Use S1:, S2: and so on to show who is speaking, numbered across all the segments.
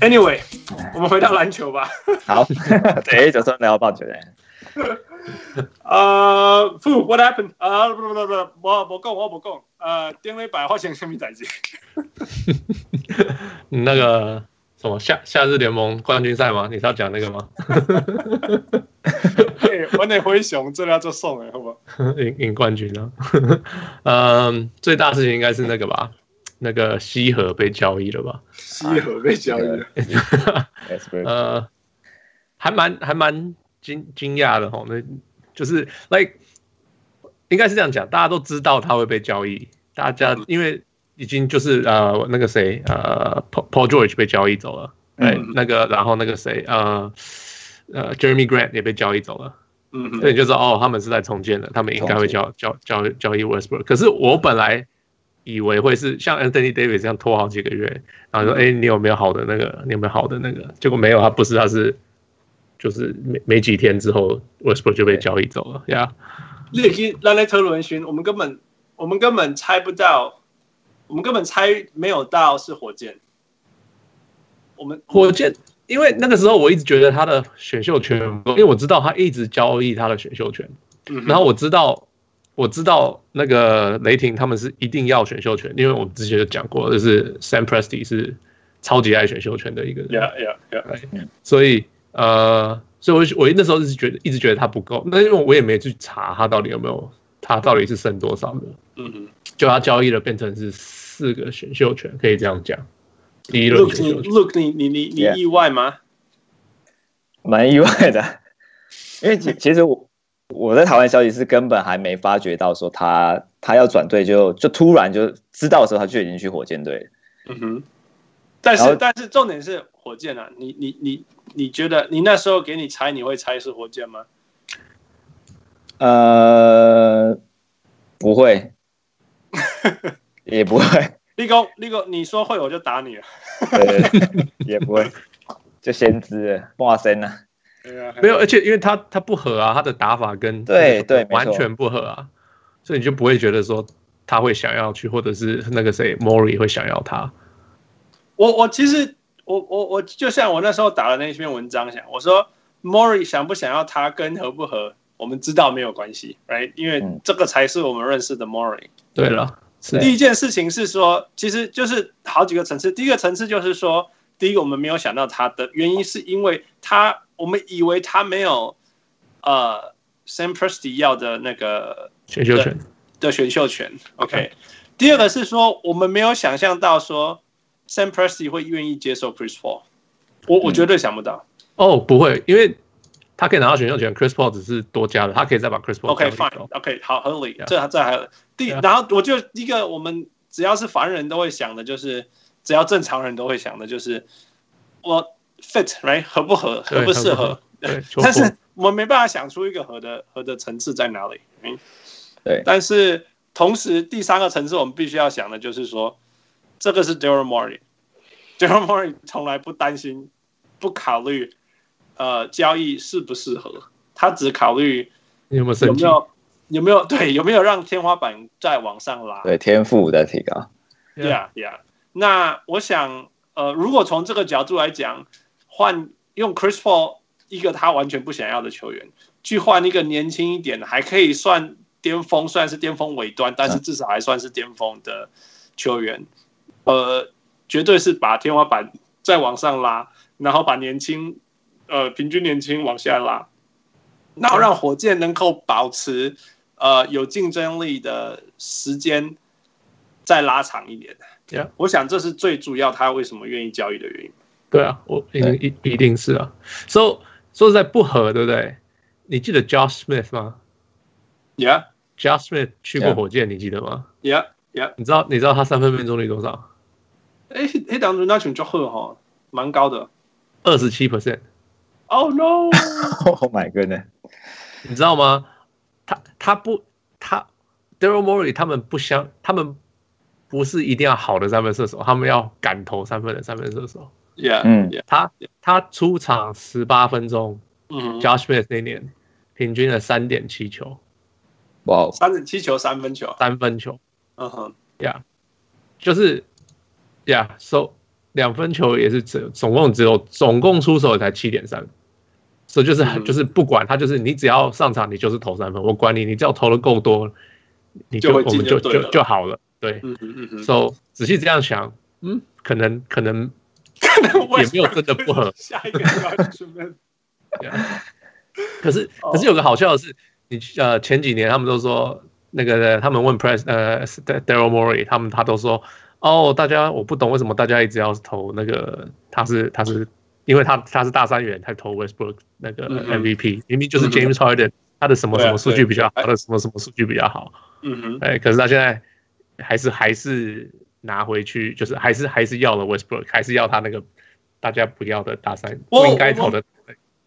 S1: Anyway，我们回到篮球吧。
S2: 好，对，就算聊棒球嘞。
S1: 呃 p w h a t happened？啊、不不不不，我不讲，我不讲。呃，顶礼拜发生什么代志？
S3: 你那个什么夏夏日联盟冠军赛吗？你是要讲那个吗？
S1: 嘿我那灰熊这要做送诶，好不好？
S3: 赢赢冠军啊！ 嗯，最大事情应该是那个吧，那个西河被交易了吧？
S1: 西河被交易了，
S2: That's great
S3: 呃，还蛮还蛮惊惊讶的吼，那就是 like 应该是这样讲，大家都知道他会被交易，大家因为已经就是呃那个谁呃 Paul Paul George 被交易走了，
S2: 嗯
S3: 对，那个然后那个谁呃呃 Jeremy Grant 也被交易走了。
S1: 嗯哼
S3: 所以你就知道哦，他们是在重建的，他们应该会交交交交易 Westbrook。可是我本来以为会是像 Anthony Davis 这样拖好几个月，然后说哎、诶你有没有好的那个？你有没有好的那个？结果没有，他不是，他是就是没没几天之后 Westbrook 就被交易走了呀。
S1: 你去拉雷特轮询，我们根本我们根本猜不到，我们根本猜没有到是火箭。我们
S3: 火箭，因为那个时候我一直觉得他的选秀权不够，因为我知道他一直交易他的选秀权，
S1: 嗯哼
S3: 然后我知道，我知道那个雷霆他们是一定要选秀权，因为我之前就讲过，就是 Sam Presti 是超级爱选秀权的一个人，
S1: ，Yeah Yeah Yeah，
S3: 所以呃，所以我就我那时候是觉得一直觉得他不够，那因为我也没去查他到底有没有，他到底是剩多少的，
S1: 嗯哼。
S3: 就他交易了变成是四个选秀权，可以这样讲，第一轮
S1: Look，
S3: 选
S1: 你
S3: 秀权，
S1: Look，你你你你
S2: Yeah
S1: 意外吗？
S2: 蛮意外的，因为其其实我我在台湾消息是根本还没发觉到说他他要转队就就突然就知道的时候他就已经去火箭队了，
S1: 嗯哼。但
S2: 然
S1: 是
S2: 后
S1: 但是重点是火箭啊，你你你你觉得你那时候给你猜，你会猜是火箭吗？
S2: 呃，不会，也不会，
S1: 立功立功，你说会我就打你了。
S2: 对对对，也不会，就先知了，哇塞呢，
S1: 对啊
S3: 没有，而且因为他他不合啊，他的打法跟
S2: 对对没错
S3: 完全不合啊，所以你就不会觉得说他会想要去，或者是那个谁 Mori 会想要他。
S1: 我我其实我我我就像我那时候打的那篇文章想，我说 Mori 想不想要他跟合不合，我们知道没有关系，right？因为
S2: 嗯
S1: 这个才是我们认识的 Mori。
S3: 对了，是
S1: 第一件事情是说，其实就是好几个层次。第一个层次就是说，第一个我们没有想到他的原因，是因为他我们以为他没有呃 Sam Presti 要的那个
S3: 选秀权，
S1: 的选秀权。OK，第二个是说我们没有想象到说 Sam Presti 会愿意接受 Chris Paul，我我
S2: 嗯
S1: 绝对想不到。
S3: 哦，不会，因为他可以拿到选秀权，Chris Paul 只是多加的，他可以再把 Chris Paul 交
S1: OK
S3: 易
S1: fine
S3: 走。
S1: OK 好合理
S3: Yeah，啊
S1: 这这还合理第
S3: Yeah
S1: 然后我就一个我们只要是凡人都会想的就是，只要正常人都会想的就是，我 fit right 合不合
S3: 对
S1: 合不适
S3: 合不
S1: 合
S3: 合，对，球
S1: 但
S3: 风
S1: 是我们没办法想出一个合的合的层次在哪里。嗯
S2: 对
S1: 但是同时第三个层次我们必须要想的就是说，这个是 Daryl Morey，Daryl Morey 从来不担心，不考虑呃交易适不适合，他只考虑
S3: 你有没有
S1: 有
S3: 升
S1: 没
S3: 级？
S1: 有有没有对有没有让天花板再往上拉。
S2: 对，天赋在提高，
S1: 对啊，对啊。那我想，呃，如果从这个角度来讲，换用 Chris Paul 一个他完全不想要的球员，去换一个年轻一点的，还可以算巅峰，虽然是巅峰尾端，但是至少还算是巅峰的球员，呃，绝对是把天花板再往上拉，然后把年轻，呃，平均年轻往下拉，然后让火箭能够保持呃有竞争力的时间再拉长一点。
S3: Yeah
S1: 我想这是最主要他为什么愿意交易的原因。
S3: 对啊，我一
S2: 对
S3: 定一一定是啊。So 说实在不合，对不对？你记得 Josh Smith 吗
S1: Yeah,
S3: ？Josh Smith 去过
S2: Yeah
S3: 火箭，你记得吗？
S1: yeah, yeah。
S3: 你知道你知道他三分命中率多少？
S1: 哎，那当中那群就会哈，蛮高的。
S3: 二十七 percent。
S1: Oh no！
S2: ，Oh my goodness，
S3: 你知道吗？他他不他 Daryl Morey 他们不相，他们不是一定要好的三分射手，他们要敢投三分的三分射手。
S1: yeah，
S2: 嗯
S1: yeah，
S3: 他他出场十八分钟
S1: 嗯哼，
S3: ，Josh Smith 那年平均了三点七球，
S2: 哇哦，
S1: 三十七球三分球。
S3: 三分球
S1: 嗯哼，
S3: ，Yeah，就是 Yeah，so 两分球也是只总共只有总共出手才七点三，所以就是很
S1: 嗯
S3: 就是不管他就是你只要上场你就是投三分，我管你你只要投的够多，你
S1: 就会
S3: 我
S1: 进
S3: 们
S1: 就
S3: 就
S1: 对
S3: 就
S1: 了
S3: 就好了。对
S1: 嗯嗯嗯
S3: ，so 仔细这样想，嗯，可能可能
S1: 嗯，
S3: 也没有真的不合
S1: 下一个要去问
S3: 可是
S1: 哦
S3: 可是有个好笑的是，你呃前几年他们都说那个他们问 Press 呃 Daryl Morey 他们他都说哦大家我不懂为什么大家一直要投那个他是他是因为他他是大三元他投 Westbrook 那个
S1: 嗯哼
S3: MVP、明明就是
S1: 嗯哼
S3: James Harden 他的什么
S1: 对啊
S3: 什么数据比较好，
S1: 对
S3: 他的什么什么数据比较好，
S1: 嗯哼，
S3: 哎可是他现在还是还是拿回去就是还是还是要了 Westbrook 还是要他那个大家不要的大三
S1: 我
S3: 不应该投的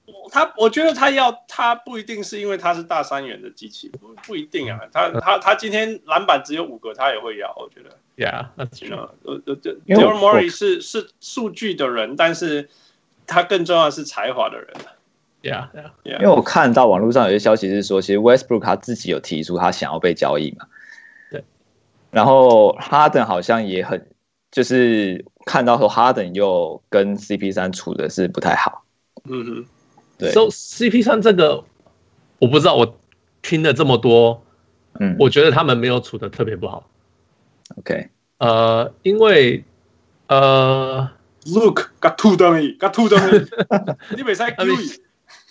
S1: 我他我觉得他要他不一定是因为他是大三元的机器，不不一定啊，他他他今天篮板只有五个，他也会要，我觉得。
S3: ，Yeah that's true。
S1: 呃呃呃
S2: 因为我
S1: ，Daryl Morey 是是数据的人，但是他更重要的是才华的人。啊
S3: Yeah, yeah.
S2: 因为我看到网络上有些消息是说，其实 Westbrook 他自己有提出他想要被交易嘛。
S3: 对。
S2: 然后 Harden 好像也很，就是看到说 Harden 又跟 CP 三处的是不太好。
S1: 嗯哼，
S2: 对
S3: So CP 三这个我不知道，我听了这么多，
S2: 嗯，
S3: 我觉得他们没有处的特别不好。
S2: OK，
S3: 呃，因为呃，
S1: Look，噶吐灯伊，噶吐灯伊， 你袂使丢伊。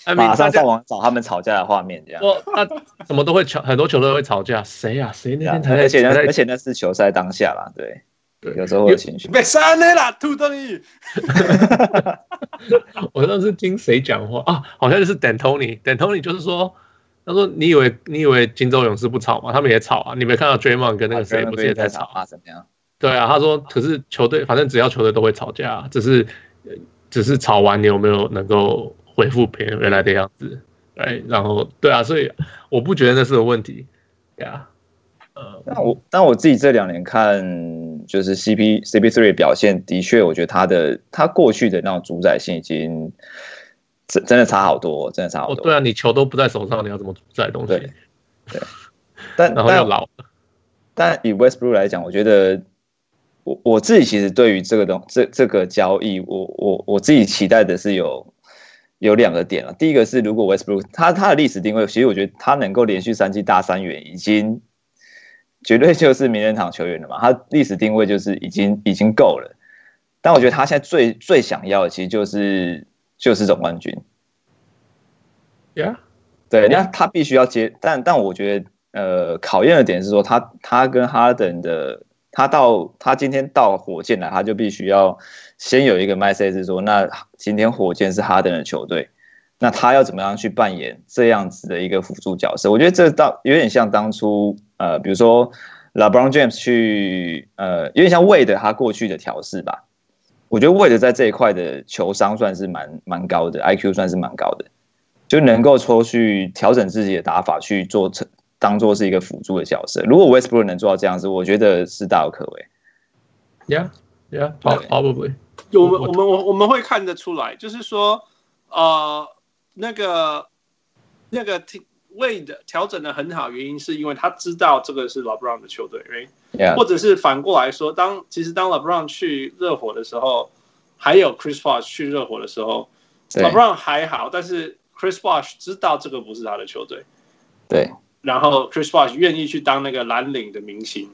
S3: I mean,
S2: 马上
S3: 大家
S2: 上网找他们吵架的画面，这样。
S3: 说他什么都会吵， 很多球队会吵架。谁呀、谁那
S2: 对啊
S3: 天才在
S2: 而且那
S3: 才在
S2: 而且那是球赛当下啦，对，
S3: 对
S2: 有时候会有情绪。
S1: 袂使安尼啦，吐灯伊。
S3: 我当时听谁讲话啊？好像就是 D'Antoni，D'Antoni 就是说，他说你以为你以为金州勇士不吵吗？他们也吵啊！你没看到 Draymond 跟那个谁不是也在吵？
S2: 啊？怎么样？
S3: 对啊，他说，可是球队反正只要球队都会吵架，只是呃只是吵完你有没有能够恢复别人原来的样子，哎，然后对啊，所以我不觉得那是个问题，对啊，呃，
S2: 但我但我自己这两年看，就是 CP CP three 表现，的确，我觉得他的他过去的那种主宰性已经真真的差好多，真的差好
S3: 哦
S2: 多。
S3: 对啊，你球都不在手上，你要怎么主宰东西
S2: 对？但
S3: 然后
S2: 但
S3: 又老，
S2: 但以 Westbrook 来讲，我觉得我我自己其实对于这个东这这个交易，我我我自己期待的是有有两个点啊。第一个是，如果 Westbrook 他他的历史定位，其实我觉得他能够连续三季大三元，已经绝对就是名人堂球员了嘛。他历史定位就是已经已经够了。但我觉得他现在最最想要的，其实就是就是总冠军。
S3: ，Yeah，
S2: 对，那他必须要接，但但我觉得，呃，考验的点是说他，他跟哈登的，他到他今天到火箭来，他就必须要先有一个 mindset 是说，那今天火箭是哈登的球队，那他要怎么样去扮演这样子的一个辅助角色？我觉得这到有点像当初，呃，比如说 LeBron James 去，呃，有点像 Wade 他过去的调试吧。我觉得 Wade 在这一块的球商算是蛮蛮高的，IQ 算是蛮高的。就能够抽去调整自己的打法去做成，当做是一个辅助的角色。如果 Westbrook 能做到这样子，我觉得是大有可为。
S3: yeah yeah probably
S1: 我们
S3: 我
S1: 我们我我们会看得出来，就是说，呃，那个那个 T- Wade 调整的很好，原因是因为他知道这个是 LeBron 的球队，right？
S2: Yeah，
S1: 或者是反过来说，当其实当 LeBron 去热火的时候，还有 Chris Bosh 去热火的时候
S2: 对
S1: ，LeBron 还好，但是 Chris Bosh 知道这个不是他的球队，
S2: 对
S1: 然后 Chris Bosh 愿意去当那个蓝领的明星，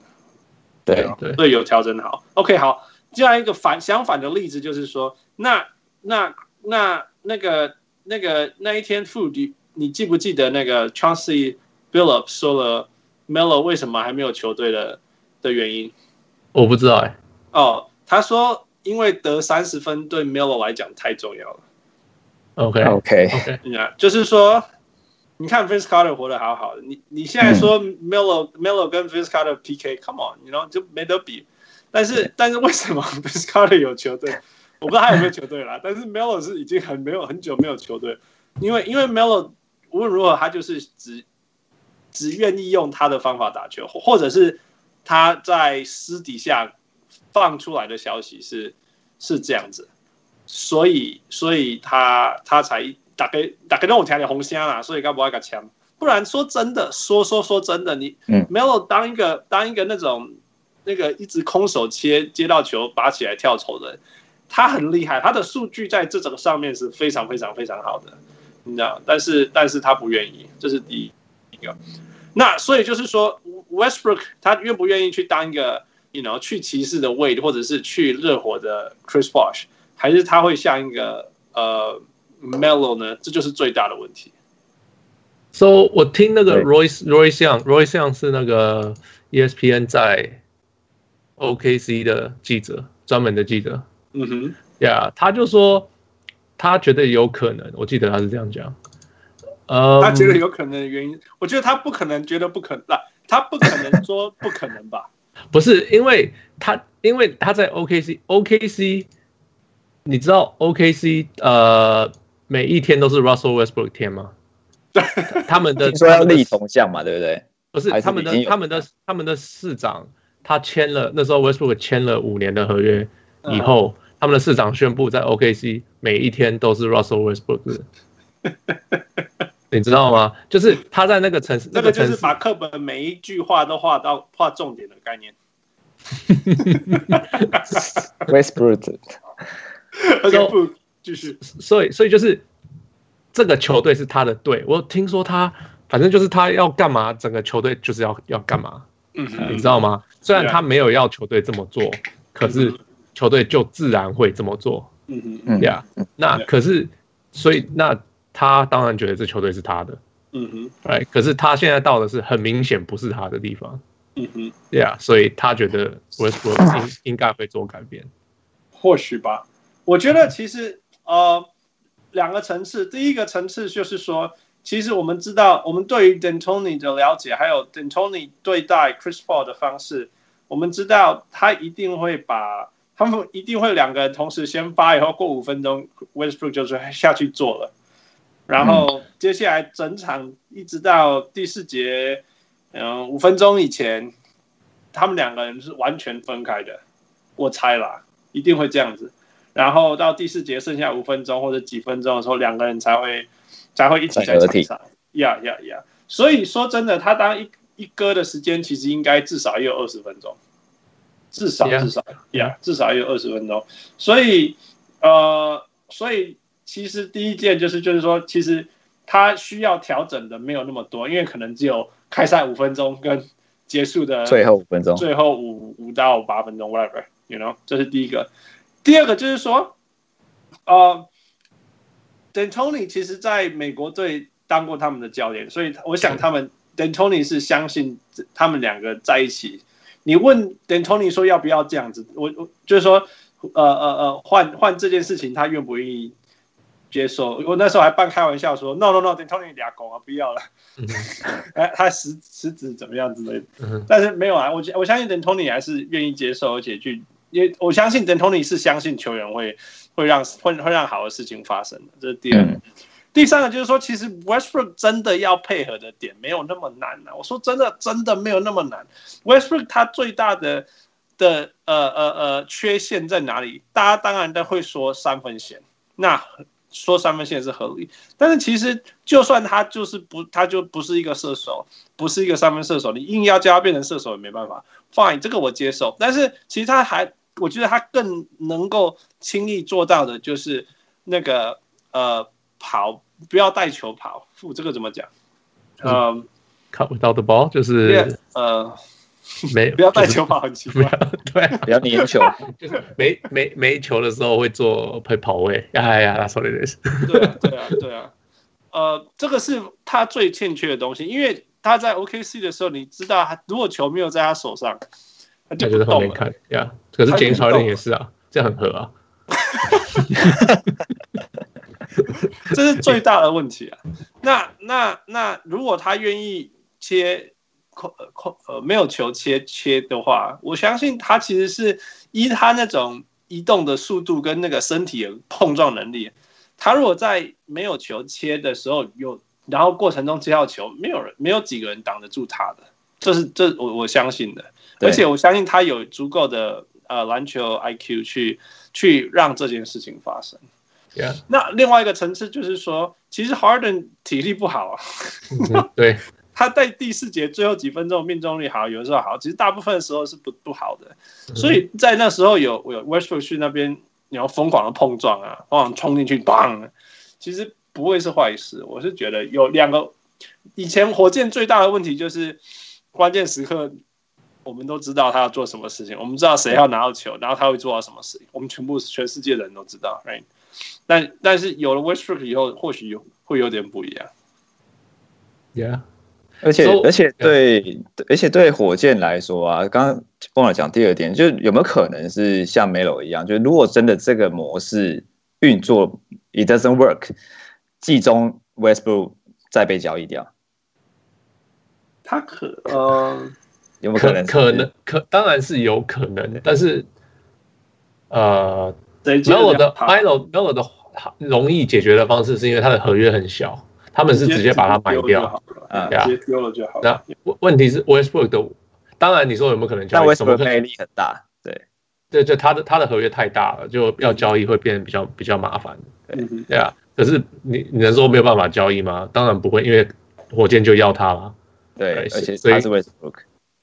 S2: 对
S3: 对
S1: 所以有调整好。OK，好，这样一个反相反的例子就是说，那那那那个那个那一天 f o o 你你记不记得那个 Chauncey Billups 说了 Melo 为什么还没有球队的的原因？
S3: 我不知道哎，
S1: 哦，他说因为得三十分对 Melo 来讲太重要了。
S3: ，OK
S2: ，OK，
S3: OK
S1: 嗯啊，就是说，你看 Vince Carter 活得好好的，你你现在说 Melo、Melo 跟 Vince Carter PK，Come on，你 you know 就没得比。但是但是为什么 Vince Carter 有球队？我不知道他有没有球队啦，但是 Melo 是已经很没有很久没有球队，因为因为 Melo 无论如何他就是只只愿意用他的方法打球，或或者是他在私底下放出来的消息是是这样子，所以所以他他才大概大概让我听点红虾啦，所以该不爱个枪。不然说真的，说说说真的，你
S2: 嗯
S1: Melo 当一个当一个那种那个一直空手切接到球拔起来跳投的人，他很厉害，他的数据在这种上面是非常非常非常好的，你知道？但是但是他不愿意，这是第一个。那所以就是说，Westbrook 他愿不愿意去当一个，you know，去骑士的 Wade 或者是去热火的 Chris Bosh，还是他会像一个呃 Melo 呢？这就是最大的问题。
S3: So 我听那个
S2: 对
S3: Royce Royce Young，Royce Young 是那个 E ESPN 在 OKC 的记者，专门的记者。
S1: 嗯哼，
S3: Yeah，他就说他觉得有可能，我记得他是这样讲。呃、
S1: 他觉得有可能的原因，我觉得他不可能觉得不可能，啊他不可能说不可能 吧？
S3: 不是，因为他因为他在 OKC OKC，你知道 OKC 呃每一天都是 Russell Westbrook 天吗？他们的
S2: 听说要
S3: 他们的
S2: 立铜像嘛，对不 对？
S3: 不是
S2: 还是
S3: 他们
S2: 已经
S3: 的
S2: 有
S3: 他们的他们的市长，他签了那时候 Westbrook 签了五年的合约
S1: 嗯
S3: 以后，他们的市长宣布在 OKC 每一天都是 Russell Westbrook，日你知道吗？就是他在那个城市，
S1: 这
S3: 那
S1: 个
S3: 个
S1: 就
S3: 城
S1: 是
S3: 市，
S1: 把课本每一句话都画到画重点的概 念，
S2: Westbrook
S1: 而且不继续。
S3: 所以所以就是这个球队是他的队。我听说他反正就是他要干嘛，整个球队就是要要干嘛，
S1: 嗯哼
S3: 你知道吗？虽然
S1: 对啊
S3: 他没有要球队这么做，可是球队就自然会这么做。
S1: 嗯哼
S2: 嗯
S3: 呀、那
S1: Yeah
S3: 可是，所以那他当然觉得这球队是他的，
S1: 嗯哼
S3: 哎、可是他现在到的是很明显不是他的地方
S1: 嗯哼，
S3: ，Yeah，所以他觉得
S1: 嗯
S3: Westbrook 应应该会做改变。
S1: 或许吧。我觉得其实呃，两个层次，第一个层次就是说，其实我们知道，我们对于 D'Antoni 的了解，还有 D'Antoni 对待 Chris Paul 的方式，我们知道他一定会把他们一定会两个人同时先发，以后过五分钟，Westbrook 就是下去做了。然后接下来整场一直到第四节，嗯、五分钟以前，他们两个人是完全分开的，我猜啦，一定会这样子。然后到第四节剩下五分钟或者几分钟的时候，两个人才会才会一起在
S2: 再合
S1: 场
S2: 体
S1: 上。呀呀呀！所以说真的，他当一一哥的时间其实应该至少也有二十分钟，至少
S3: Yeah
S1: 至少呀至少也有二十分钟。所以呃，所以其实第一件就是就是说，其实他需要调整的没有那么多，因为可能只有开赛五分钟跟结束的
S2: 最后五分钟，
S1: 最后五五到八分钟，whatever，you know，这是第一个。第二个就是说，呃，D'Antoni 其实在美国队当过他们的教练，所以我想他们 D'Antoni 是相信他们两个在一起。你问 D'Antoni 说要不要这样子，我我就是说，呃呃呃，换换这件事情，他愿不愿意接受？我那时候还半开玩笑说，no no no，D'Antoni 俩狗啊，不要了，
S3: 嗯哼
S1: 哎，他食食指怎么样之类的。
S3: 嗯哼
S1: 但是没有啊，我觉我相信 d a n t o n y 还是愿意接受，而且去，因为我相信 d a n t o n y 是相信球员会会让会会让好的事情发生的，这是第二个。
S2: 嗯
S1: 第三个就是说，其实 Westbrook 真的要配合的点没有那么难啊。我说真的，真的没有那么难。Westbrook 他最大的的呃呃呃缺陷在哪里？大家当然都会说三分线，那说三分线是合理，但是其实就算他就是不，他就不是一个射手，不是一个三分射手，你硬要叫他变成射手也没办法。Fine，这个我接受，但是其实他还，我觉得他更能够轻易做到的就是那个呃跑，不要带球跑，负这个怎么讲？嗯，
S3: ，cut without the ball 就
S1: 因
S3: 是
S1: 为呃，
S3: 没有
S1: 不要带
S3: 就是
S1: 球跑很奇
S3: 不
S1: 怪
S3: 要。 对
S2: 比较
S3: 啊，
S2: 粘球，
S3: 就是没没没球的时候会做会跑位，哎呀，that's what it is。
S1: 对啊，对啊，对啊。呃，这个是他最欠缺的东西，因为他在 OKC 的时候，你知道他如果球没有在他手上，他
S3: 他
S1: 就不
S3: 就是后
S1: 动
S3: 面
S1: 了。
S3: 看，Yeah，可是
S1: 他就
S3: James
S1: 不动
S3: Harden
S1: 了
S3: 也是啊，这样很合啊。
S1: 这是最大的问题啊。那那那，如果他愿意切空呃空呃没有球切切的话，我相信他其实是依他那种移动的速度跟那个身体的碰撞能力，他如果在没有球切的时候有，然后过程中接到球，没有人没有几个人挡得住他的，这是这我我相信的。
S2: 对
S1: 而且我相信他有足够的呃篮球 IQ 去去让这件事情发生。
S3: Yeah，
S1: 那另外一个层次就是说，其实 Harden 体力不好啊，
S3: 嗯哼 对，
S1: 他在第四节最后几分钟命中率好，有的时候好，其实大部分的时候是不不好的。所以在那时候有有 Westbrook 去那边你要疯狂的碰撞啊，疯狂冲进去，砰！其实不会是坏事。我是觉得有两个，以前火箭最大的问题就是关键时刻，我们都知道他要做什么事情，我们知道谁要拿到球，然后他会做到什么事情，我们全部全世界的人都知道，right？但但是有了 Westbrook 以后，或许有会有点不一样。
S3: Yeah，
S2: 而且
S3: So-
S2: 而且对对而且对火箭来说啊，刚刚忘了讲第二点，就是有没有可能是像梅罗一样，就是如果真的这个模式运作 it doesn't work，季中 Westbrook 再被交易掉，
S1: 他可呃，
S2: 有没有
S3: 可
S2: 能？
S3: 可能可当然是有可能，但是呃
S1: 谁接得
S3: ，Melo 的
S1: 了他
S3: Melo Melo 的容易解决的方式是因为他的合约很小，他们是直接把它买
S1: 丢就
S3: 掉。啊
S1: 好了，啊
S2: 嗯
S1: 直接丢了就好
S3: 那
S1: 了。
S3: 问问题是 Westbrook 的，当然你说有没有可能
S2: 但
S3: 交易？怎么
S2: Westbrook
S3: 可能？
S2: 魅力很大，对，
S3: 对，就他的他的合约太大了，就要交易会变得比较比较麻烦。
S1: 嗯哼
S3: 对啊，可是你你能说没有办法交易吗？当然不会，因为火箭就要他了。
S2: 对，
S3: 对
S2: 而且
S3: 所以
S2: 他是 Westbrook，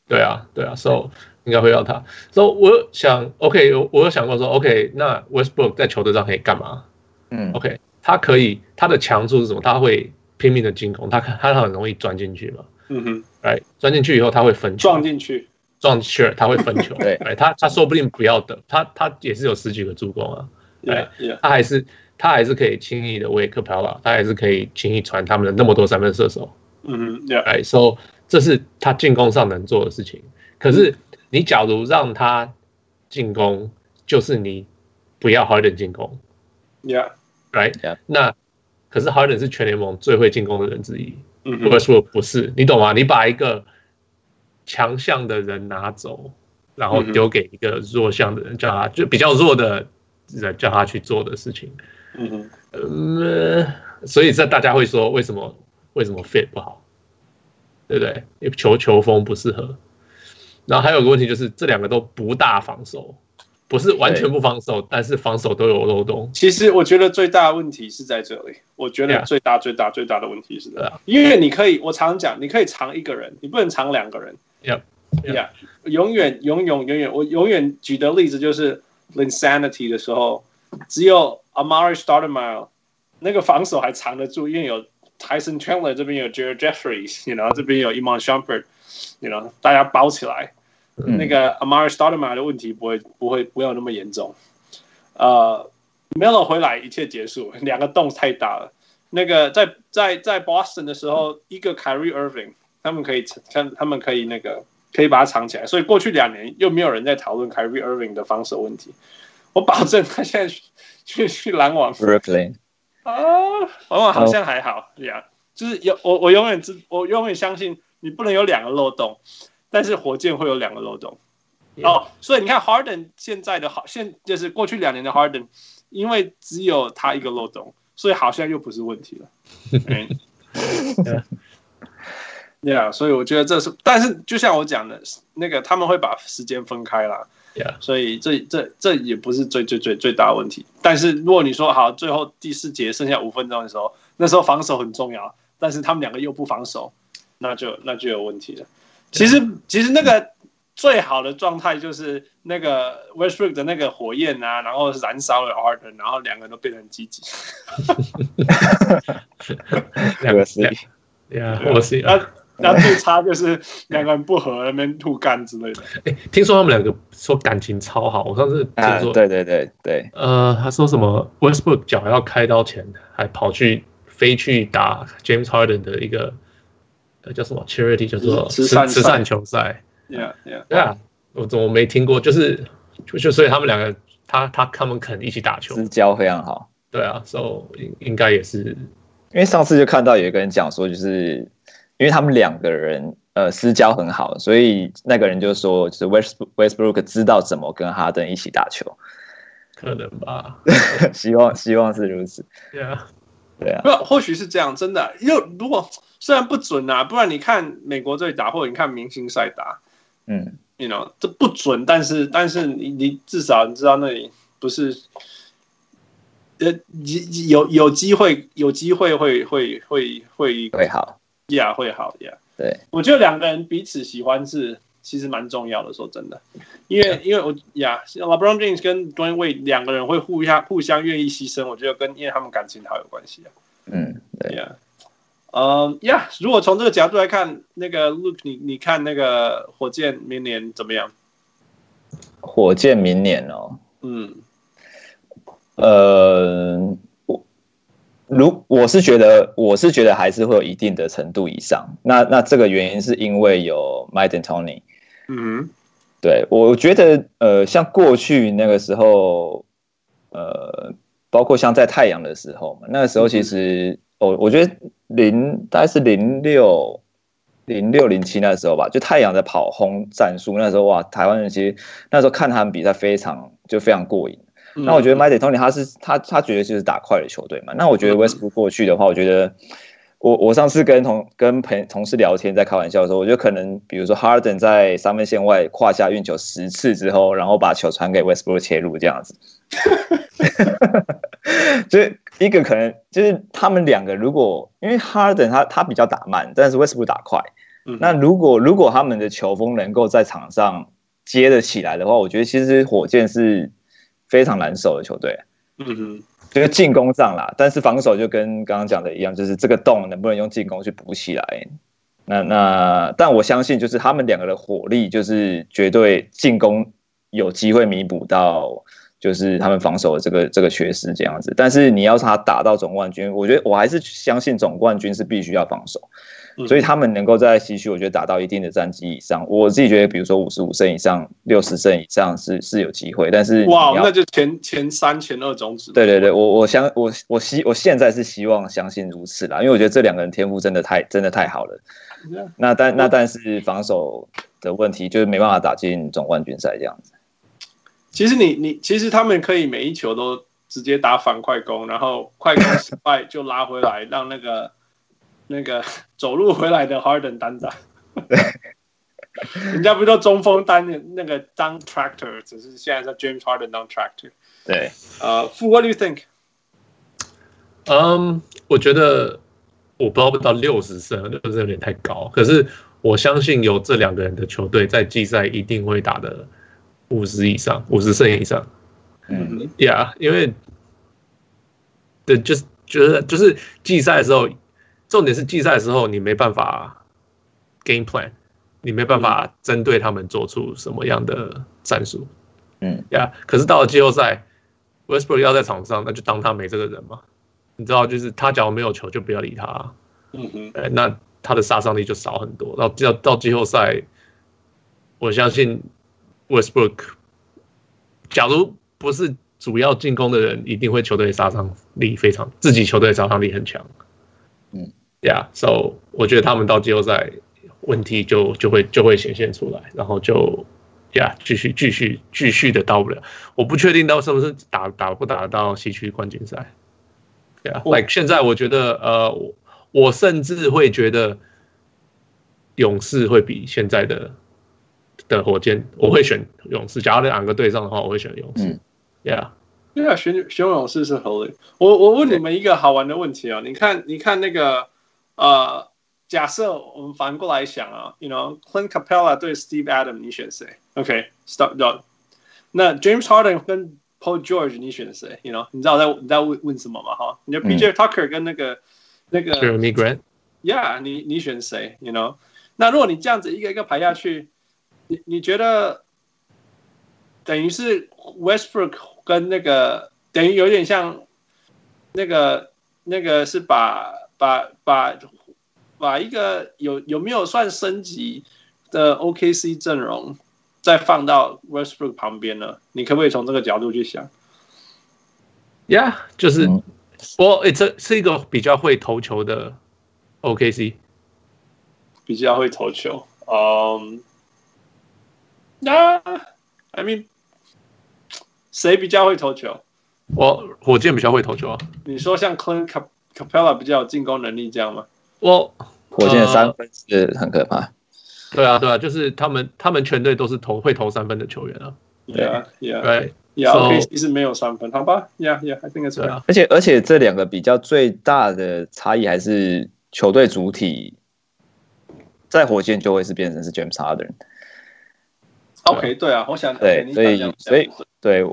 S3: 对啊，对啊，so 应该会要他。so 我有想，OK，我我有想过说，OK，那 Westbrook 在球队上可以干嘛
S2: 嗯
S3: ？OK，他可以他的强处是什么？他会拼命的进攻，他他很容易钻进去嘛，
S1: 嗯哼，
S3: 哎，钻进去以后他会分球，
S1: 撞进去，
S3: 撞 sure 他会分球，
S2: 对
S3: 哎，他他说不定不要等，他他也是有十几个助攻啊，
S1: yeah yeah，
S3: 他还是他还是可以轻易的为 Capella，他还是可以轻易传他们的那么多三分射手，
S1: 嗯哼 yeah，
S3: 哎，so 这是他进攻上能做的事情。可是
S1: 嗯
S3: 你假如让他进攻，就是你不要 Harden 进攻
S1: yeah，
S3: ，right？、
S2: Yeah.
S3: 那可是 Harden 是全联盟最会进攻的人之一
S1: 嗯哼
S3: w e，s t b r o o k 不是，你懂吗？你把一个强项的人拿走，然后
S1: 嗯哼
S3: 丢给一个弱项的人，叫他就比较弱的人叫他去做的事情，
S1: 嗯哼，
S3: 嗯，呃所以这大家会说为什么为什么 fit 不好，对不对？因为球球风不适合。然后还有个问题就是这两个都不大防守，不是完全不防守，但是防守都有漏洞。
S1: 其实我觉得最大的问题是在这里，我觉得
S3: Yeah
S1: 最大最大最大的问题是在这里
S3: Yeah
S1: 因为你可以，我常讲，你可以藏一个人，你不能藏两个人。
S3: Yep Yeah
S1: 呀，永远永永永远，我永远举的例子就是 Insanity 的时候，只有 Amari s t o u d e m i l e 那个防守还藏得住，因为有 Tyson Chandler 这边有 Jared Jeffries，然后这边有 Iman Shumpert，你知道大家包起来，
S2: 嗯
S1: 那个 Amari s t o u d e m i l e 的问题不会不会不会有那么严重。呃，Melo 回来，一切结束，两个洞太大了。那个在在在 Boston 的时候，一个 Kyrie Irving，他们可以他他们可以那个可以把它藏起来，所以过去两年又没有人在讨论 Kyrie Irving 的防守问题。我保证他现在去去去篮网
S2: ，Brooklyn，
S1: 啊，往往好像还好呀就是有我我永远知我永远相信你不能有两个漏洞，但是火箭会有两个漏洞。哦，所以你看 Harden 现在的好，现就是过去两年的 Harden，因为只有他一个漏洞，所以好像又不是问题了。嗯
S3: Yeah
S1: Yeah，所以我觉得这是，但是就像我讲的，那个他们会把时间分开啦。
S3: Yeah
S1: 所以这这这也不是最最最最大的问题。但是如果你说好，最后第四节剩下五分钟的时候，那时候防守很重要，但是他们两个又不防守，那就那就有问题了。其实
S3: 啊
S1: 其实那个最好的状态就是那个 Westbrook 的那个火焰啊，然后燃烧了 Harden，然后两个人都变得很积极。
S3: 两个
S2: 是
S3: Yeah，我是
S1: 那那最差就是两个人不合，那边吐干之类的。
S3: 哎，听说他们两个说感情超好，我上次听
S2: 啊，
S3: 说，
S2: 对对对对，
S3: 呃，他说什么 Westbrook 脚要开刀前还跑去飞去打 James Harden 的一个呃叫什么 charity 叫做
S1: 慈
S3: 慈
S1: 慈善
S3: 慈
S1: 赛
S3: 善球赛，
S1: Yeah, yeah.
S3: 对啊，我怎么没听过？就是就就所以他们两个，他他他们肯一起打球，
S2: 私交非常好。
S3: 对啊，so 应应该也是
S2: 因为上次就看到有一个人讲说，就是因为他们两个人呃私交很好，所以那个人就说，就是 West Westbrook 知道怎么跟哈登一起打球，
S3: 可能吧，
S2: 希望希望是如此。
S3: 对啊，
S2: 对啊，
S1: 不， 或许是这样，真的。又如果虽然不准啊，不然你看美国队打，或者你看明星赛打
S2: 嗯，
S1: ，you know，这不准，但是但是你你至少你知道那里不是。呃，有有有机会，有机会会会会会
S2: 会好。
S1: 呀，会好呀。
S2: 对，
S1: 我觉得两个人彼此喜欢是其实蛮重要的。说真的，因为因为我呀、yeah,，LeBron James 跟 Dwayne Wade 两个人会互相互相愿意牺牲，我觉得跟因为他们感情好有关系啊。
S2: 嗯，对，
S1: Yeah，嗯呀，如果从这个角度来看，那个 Luke，你你看那个火箭明年怎么样？
S2: 火箭明年哦，
S1: 嗯
S2: 呃，我如我是觉得我是觉得还是会有一定的程度以上。那那这个原因是因为有 m i d e n Tony，
S1: 嗯
S2: 对我觉得呃，像过去那个时候，呃，包括像在太阳的时候嘛，那个时候其实我、我觉得零大概是零六。零六零七那时候吧，就太阳的跑轰战术，那时候哇，台湾人其实那时候看他们比赛非常就非常过瘾。
S1: 哼，
S2: 那我觉得 m y d e Tony 他是他他觉得就是打快的球队嘛。那我觉得
S1: 嗯
S2: Westbrook 过去的话，我觉得我我上次跟同跟朋同事聊天，在开玩笑的时候，我觉得可能比如说 Harden 在三分线外胯下运球十次之后，然后把球传给 Westbrook 切入这样子，就是一个可能就是他们两个如果因为 Harden 他他比较打慢，但是 Westbrook 打快，
S1: 嗯
S2: 那如果如果他们的球风能够在场上接得起来的话，我觉得其实火箭是非常难守的球队，
S1: 嗯哼，
S2: 就是进攻上啦，但是防守就跟刚刚讲的一样，就是这个洞能不能用进攻去补起来。那那，但我相信就是他们两个的火力，就是绝对进攻有机会弥补到，就是他们防守的这个这个缺失这样子。但是你要他打到总冠军，我觉得我还是相信总冠军是必须要防守。
S1: 嗯
S2: 所以他们能够在西区，我觉得达到一定的战绩以上，我自己觉得，比如说五十五胜以上、六十胜以上是是有机会，但是你
S1: 哇，
S2: 要
S1: 那就前前三前二种子，
S2: 对对对，我我相我我希我现在是希望相信如此啦，因为我觉得这两个人天赋真的太真的太好了。
S1: Yeah
S2: 那但那但是防守的问题就是没办法打进总冠军赛这样子。
S1: 其实你你其实他们可以每一球都直接打反快攻，然后快攻失败就拉回来，让那个 那个走路回来的 Harden 单 打。人家不叫中锋单那个当 tractor，只是现在叫 James Harden 当 tractor。
S2: 对，
S1: 呃、f o o what do you think？
S3: 嗯，我觉得我不知道不到六十胜，六十胜有点太高。可是我相信有这两个人的球队在季赛一定会打的五十以上，五十胜以上。
S2: 嗯，
S3: Yeah，因为对，就是觉得就是季赛的时候，重点是季赛的时候你没办法 game plan，你没办法针对他们做出什么样的战术。
S2: 嗯
S3: ，Yeah，可是到了季后赛，Westbrook 要在场上，那就当他没这个人嘛。你知道，就是他假如没有球，就不要理他、
S1: 嗯哼，
S3: 哎，那他的杀伤力就少很多。到到到季后赛，我相信 Westbrook，假如不是主要进攻的人，一定会球队杀伤力非常，自己球队杀伤力很强。
S2: 嗯
S3: ，Yeah，so 我觉得他们到季后赛问题就就会就会显现出来，然后就。呀、yeah,，继续继续继续的到不了，我不确定到是不是打打不打得到西区冠军赛。对啊
S1: 我
S3: ，like 现在我觉得呃，我我甚至会觉得勇士会比现在的的火箭，我会选勇士。假如两个对上的话，我会选勇士
S2: 嗯。
S3: Yeah，
S1: 对啊，选选勇士是合理。我我问你们一个好玩的问题啊、哦，你看你看那个呃，假设我们反过来想啊，you know，Clint Capella 对 Steve Adam，你选谁？OK，stop、dot。那 James Harden 跟 Paul George 你选谁？You know，你知道我在你在问问什么吗？哈，你的 PJ Tucker 跟那个、那个
S3: 就是 Me Grant。
S1: Yeah，你你选谁？You know？那如果你这样子一个一个排下去，你你觉得等于是 Westbrook 跟那个等于有点像那个那个是把把把把一个有有没有算升级的 OKC 阵容再放到 Westbrook 旁边呢？你可不可以从这个角度去想？
S3: Yeah，就是
S2: 嗯
S3: 我诶，这是一个比较会投球的 OKC。
S1: 比较会投球。嗯，那 I mean，谁比较会投球？
S3: 我火箭比较会投球啊。
S1: 你说像 Clint Cap- Capella 比较有进攻能力这样吗？
S3: 我
S2: 火箭的
S3: 呃
S2: 三分是很可怕。
S3: 对啊，对啊，就是他们他们全队都是投会投三分的球员啊。
S2: 对
S1: yeah,，Yeah，Yeah，OK，、
S3: 对 So-
S1: yeah, OK，其实没有三分，好吧？Yeah，Yeah，I think it's
S3: 对
S1: right.
S3: 啊，
S2: 而且而且这两个比较最大的差异还是球队主体，在火箭就会是变成是 James Harden。
S1: OK，对啊，我想
S2: 对
S1: 你
S2: 所
S1: 想
S2: 以
S1: 这样
S2: 所以
S1: 讲
S2: 对，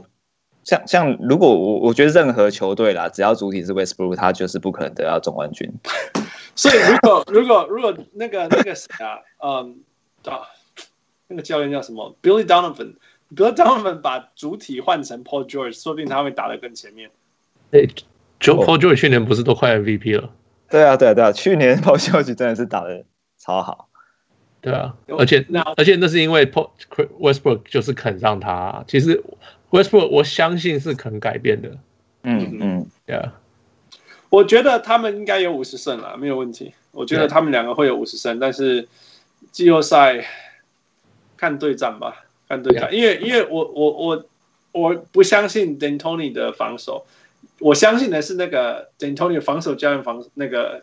S2: 像像如果我我觉得任何球队啦，只要主体是 Westbrook，他就是不可能得到总冠军。
S1: 所以如果如果如果那个那个谁啊，嗯啊，那个教练叫什么？Billy Donovan。Billy Donovan 把主体换成 Paul George，说不定他会打得更前面。
S3: 对，Joe
S2: 哦
S3: Paul George 去年不是都快 MVP 了？
S2: 对啊，对啊，对啊，去年鲍孝吉真的是打的超好，
S3: 对啊，而且
S1: 那
S3: 而且那是因为 Paul Westbrook 就是肯上他、啊其实 Westbrook 我相信是肯改变的，
S2: 嗯嗯，
S3: 对啊，
S1: 我觉得他们应该有五十胜了，没有问题。我觉得
S3: 对
S1: 他们两个会有五十胜，但是季后赛看对战吧，看对战，因为因为我我我我不相信 D'Antoni 的防守，我相信的是那个 D'Antoni 的防守教练防那个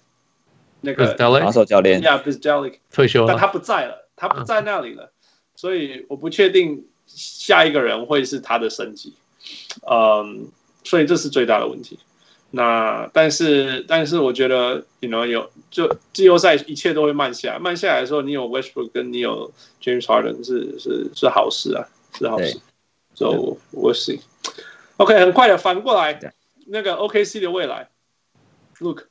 S1: 那
S3: 可是
S1: 个
S3: d e l
S2: 防守教练，
S1: Yeah b i z j e l i c
S3: 退休
S1: 但
S3: 了，
S1: 他不在了，他不在那里了，所以我不确定下一个人会是他的升级，嗯，所以这是最大的问题。那但是但是我觉得你 you know 有就季后赛一切都会慢下来，慢下来的时候，你有 Westbrook 跟你有 James Harden 是是是好事啊，是好事
S2: 对。
S1: So we'll see. OK，很快的反过来
S2: 对，
S1: 那个 OKC 的未来，Look，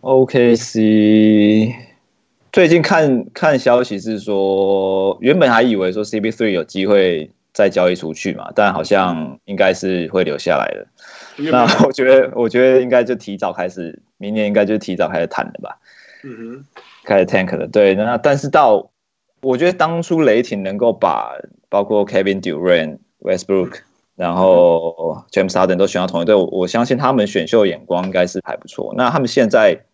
S2: OKC 最近看看消息是说，原本还以为说 CB3 有机会再交易出去嘛，但好像应该是会留下来的。那我觉得，我觉得应该就提早开始，明年应该就提早开始谈了吧，
S1: 嗯
S2: 开始 tank 了。对，那但是到我觉得当初雷霆能够把包括 Kevin Durant、Westbrook，然后 James Harden 都选到同一队，我我相信他们选秀眼光应该是还不错。那他们现在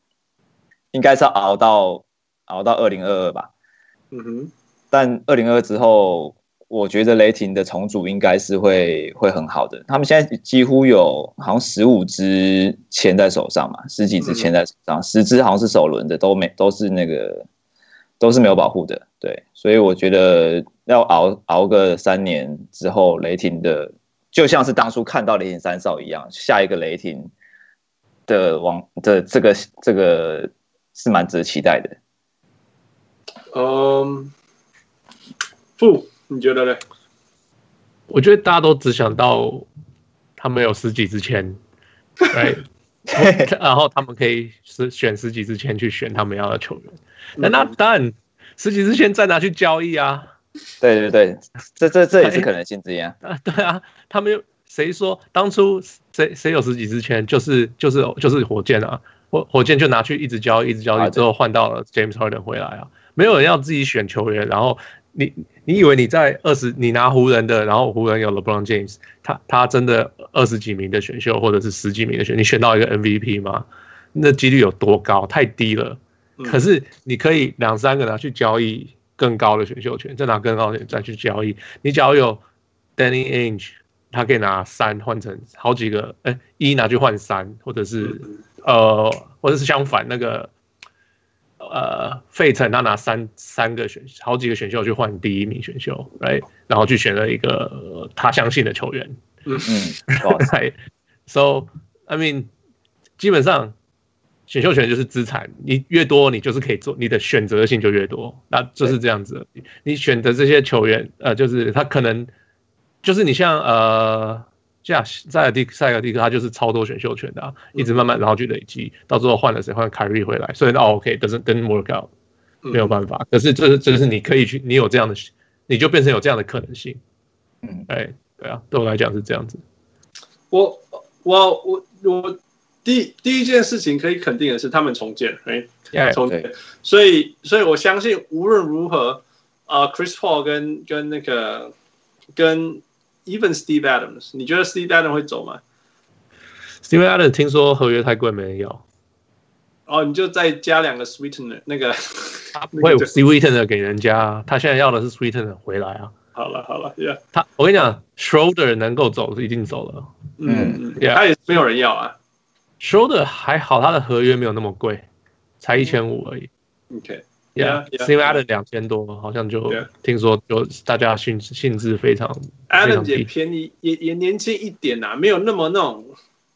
S2: 应该是要熬到熬到二零二二吧，
S1: 哼，嗯哼，
S2: 但二零二之后，我觉得雷霆的重组应该是会会很好的。他们现在几乎有好像十五支签在手上嘛，十几支签在手上，十支好像是首轮的，都没都是那个都是没有保护的。对，所以我觉得要熬熬个三年之后，雷霆的就像是当初看到雷霆三少一样，下一个雷霆的王的这个这个是蛮值得期待的。
S1: 嗯，不，你觉得呢？
S3: 我觉得大家都只想到他们有十几支签，对， 然后他们可以是选十几支签去选他们要的球员，
S1: 嗯
S3: 那那当然十几支签再拿去交易啊，
S2: 对对对，这这这也是可能性之一啊。
S3: 啊， 对啊，他们又谁说当初谁谁有十几支签，就是就是就是火箭啊，火火箭就拿去一直交易，一直交
S2: 啊
S3: 易
S2: 对
S3: 之后换到了 James Harden 回来啊，没有人要自己选球员，然后你你以为你在二十你拿湖人的，然后湖人有 LeBron James，他他真的二十几名的选秀或者是十几名的选，你选到一个 MVP 吗？那几率有多高？太低了。
S1: 嗯
S3: 可是你可以两三个拿去交易更高的选秀权，再拿更高的选再去交易。你只要有 Danny Ainge，他可以拿三换成好几个，哎、一拿去换三，或者是呃，或者是相反那个呃，费城他拿三三个选好几个选秀去换第一名选秀，right，然后去选了一个、呃他相信的球员，
S2: 嗯， 不好意思
S3: right? So I mean，基本上选秀权就是资产，你越多，你就是可以做，你的选择性就越多，那就是这样子。你选择这些球员，呃，就是他可能就是你像呃。这样，塞尔蒂塞尔蒂克他就是超多选秀权的、啊，一直慢慢然后去累积，到最后换了谁换凯瑞回来，所以哦 OK doesn't doesn't work out，
S1: 嗯
S3: 没有办法。可是这是这是你可以去，你有这样的，你就变成有这样的可能性。
S2: 嗯，
S3: 哎，对啊，对我来讲是这样子。
S1: 我我我我第第一件事情可以肯定的是，他们重建，哎、
S3: Yeah，
S1: 重建
S2: 对。
S1: 所以，所以我相信无论如何，啊、c h r i s Paul 跟跟那个跟 Even Steve Adams，你觉得 Steve Adams 会走吗？
S3: Steven Adams 听说合约太贵，没人要。
S1: 哦，你就再加两个 Sweetener 那个，
S3: 他不
S1: 那
S3: 会
S1: 个
S3: 有
S1: 就
S3: Sweetener 给人家啊，他现在要的是 Sweetener 回来啊。
S1: 好了好了，Yeah，
S3: 他我跟你讲，Schroeder 能够走已经走了
S1: 嗯，嗯
S3: Yeah
S1: 他也是没有人要啊。
S3: ，Schroeder 还好，他的合约没有那么贵，才一千五而已。
S1: OK，Yeah, yeah,
S3: Yeah，Steven Adams 两千多，好像就
S1: Yeah
S3: 听说就大家兴兴致非常。非
S1: Adam
S3: 常低
S1: 也便宜，也也年轻一点呐、啊，没有那么那种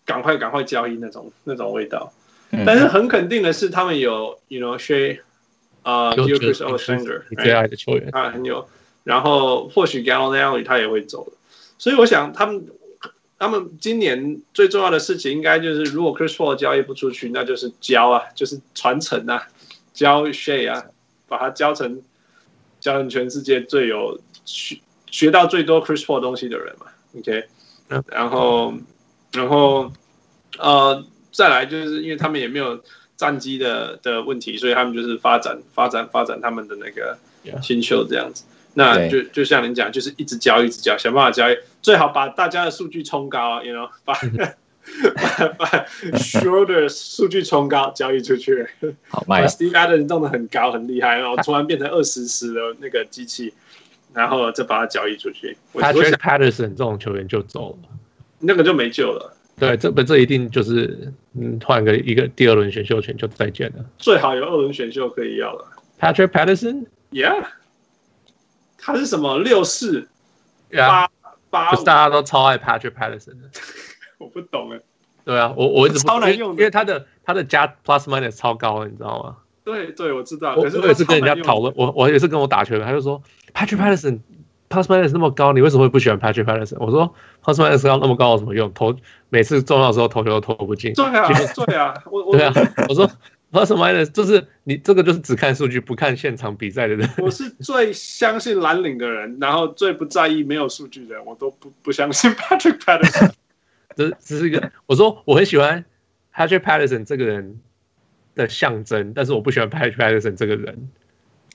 S1: 赶快赶快交易那种那种味道。
S2: 嗯
S1: 但是很肯定的是，他们有 you know Shay 啊、
S3: 就
S1: j u r i s
S3: 是
S1: Alexander，哎
S3: 你最
S1: right？
S3: 爱的球员，
S1: 他很有。然后或许 Gallinari 他也会走了。所以我想他们他们今年最重要的事情应该就是，如果 Chris Paul 交易不出去，那就是交啊，就是传承啊，交 Shay 啊，把它交成交成全世界最有学学到最多 Chris Paul 东西的人嘛。OK，
S3: 嗯
S1: 然后然后呃，再来就是因为他们也没有战机的的问题，所以他们就是发展发展发展他们的那个
S3: Yeah.
S1: 新秀这样子。那
S2: 对
S1: 就就像您讲，就是一直交一直交，想办法交易，最好把大家的数据冲高啊，you know，把把把 Schroeder 数据冲高，交易出去。
S2: 好
S1: 把
S2: 卖
S1: Steve Adams 弄得很高很厉害，然后突然变成二十十的那个机器，然后再把它交易出去。我我
S3: Patrick
S1: 想
S3: Patterson 这种球员就走了。
S1: 那个就没救了，
S3: 对，这不这一定就是嗯，换个一个第二轮选秀权就再见了。
S1: 最好有二轮选秀可以要了。
S3: Patrick Patterson，
S1: Yeah，他是什么六四
S3: 啊，
S1: 八
S3: 不是
S1: 五
S3: 大？家都超爱 Patrick Patterson 的。
S1: 我不懂哎。
S3: 对啊，我我一直不
S1: 超难用的
S3: 因为因为他的他的加 plus minus 超高了，你知道吗？
S1: 对对，我知道。
S3: 我
S1: 啊可是
S3: 我也是跟人家讨
S1: 论，
S3: 论，我我也是跟我打球的，他就说 Patrick Patterson plus minus 那么高，你为什么会不喜欢 Patrick Patterson？我说 plus minus 高那么高有什么用？投每次重要的时候投球都投不进。
S1: 对啊 对啊，我我
S3: 对啊，我说 plus minus 就是你这个就是只看数据不看现场比赛的人。
S1: 我是最相信蓝领的人，然后最不在意没有数据的人，我都不不相信 Patrick Patterson。
S3: 这这是一个，我说我很喜欢 Patrick Patterson 这个人的象征，但是我不喜欢 Patrick Patterson 这个人。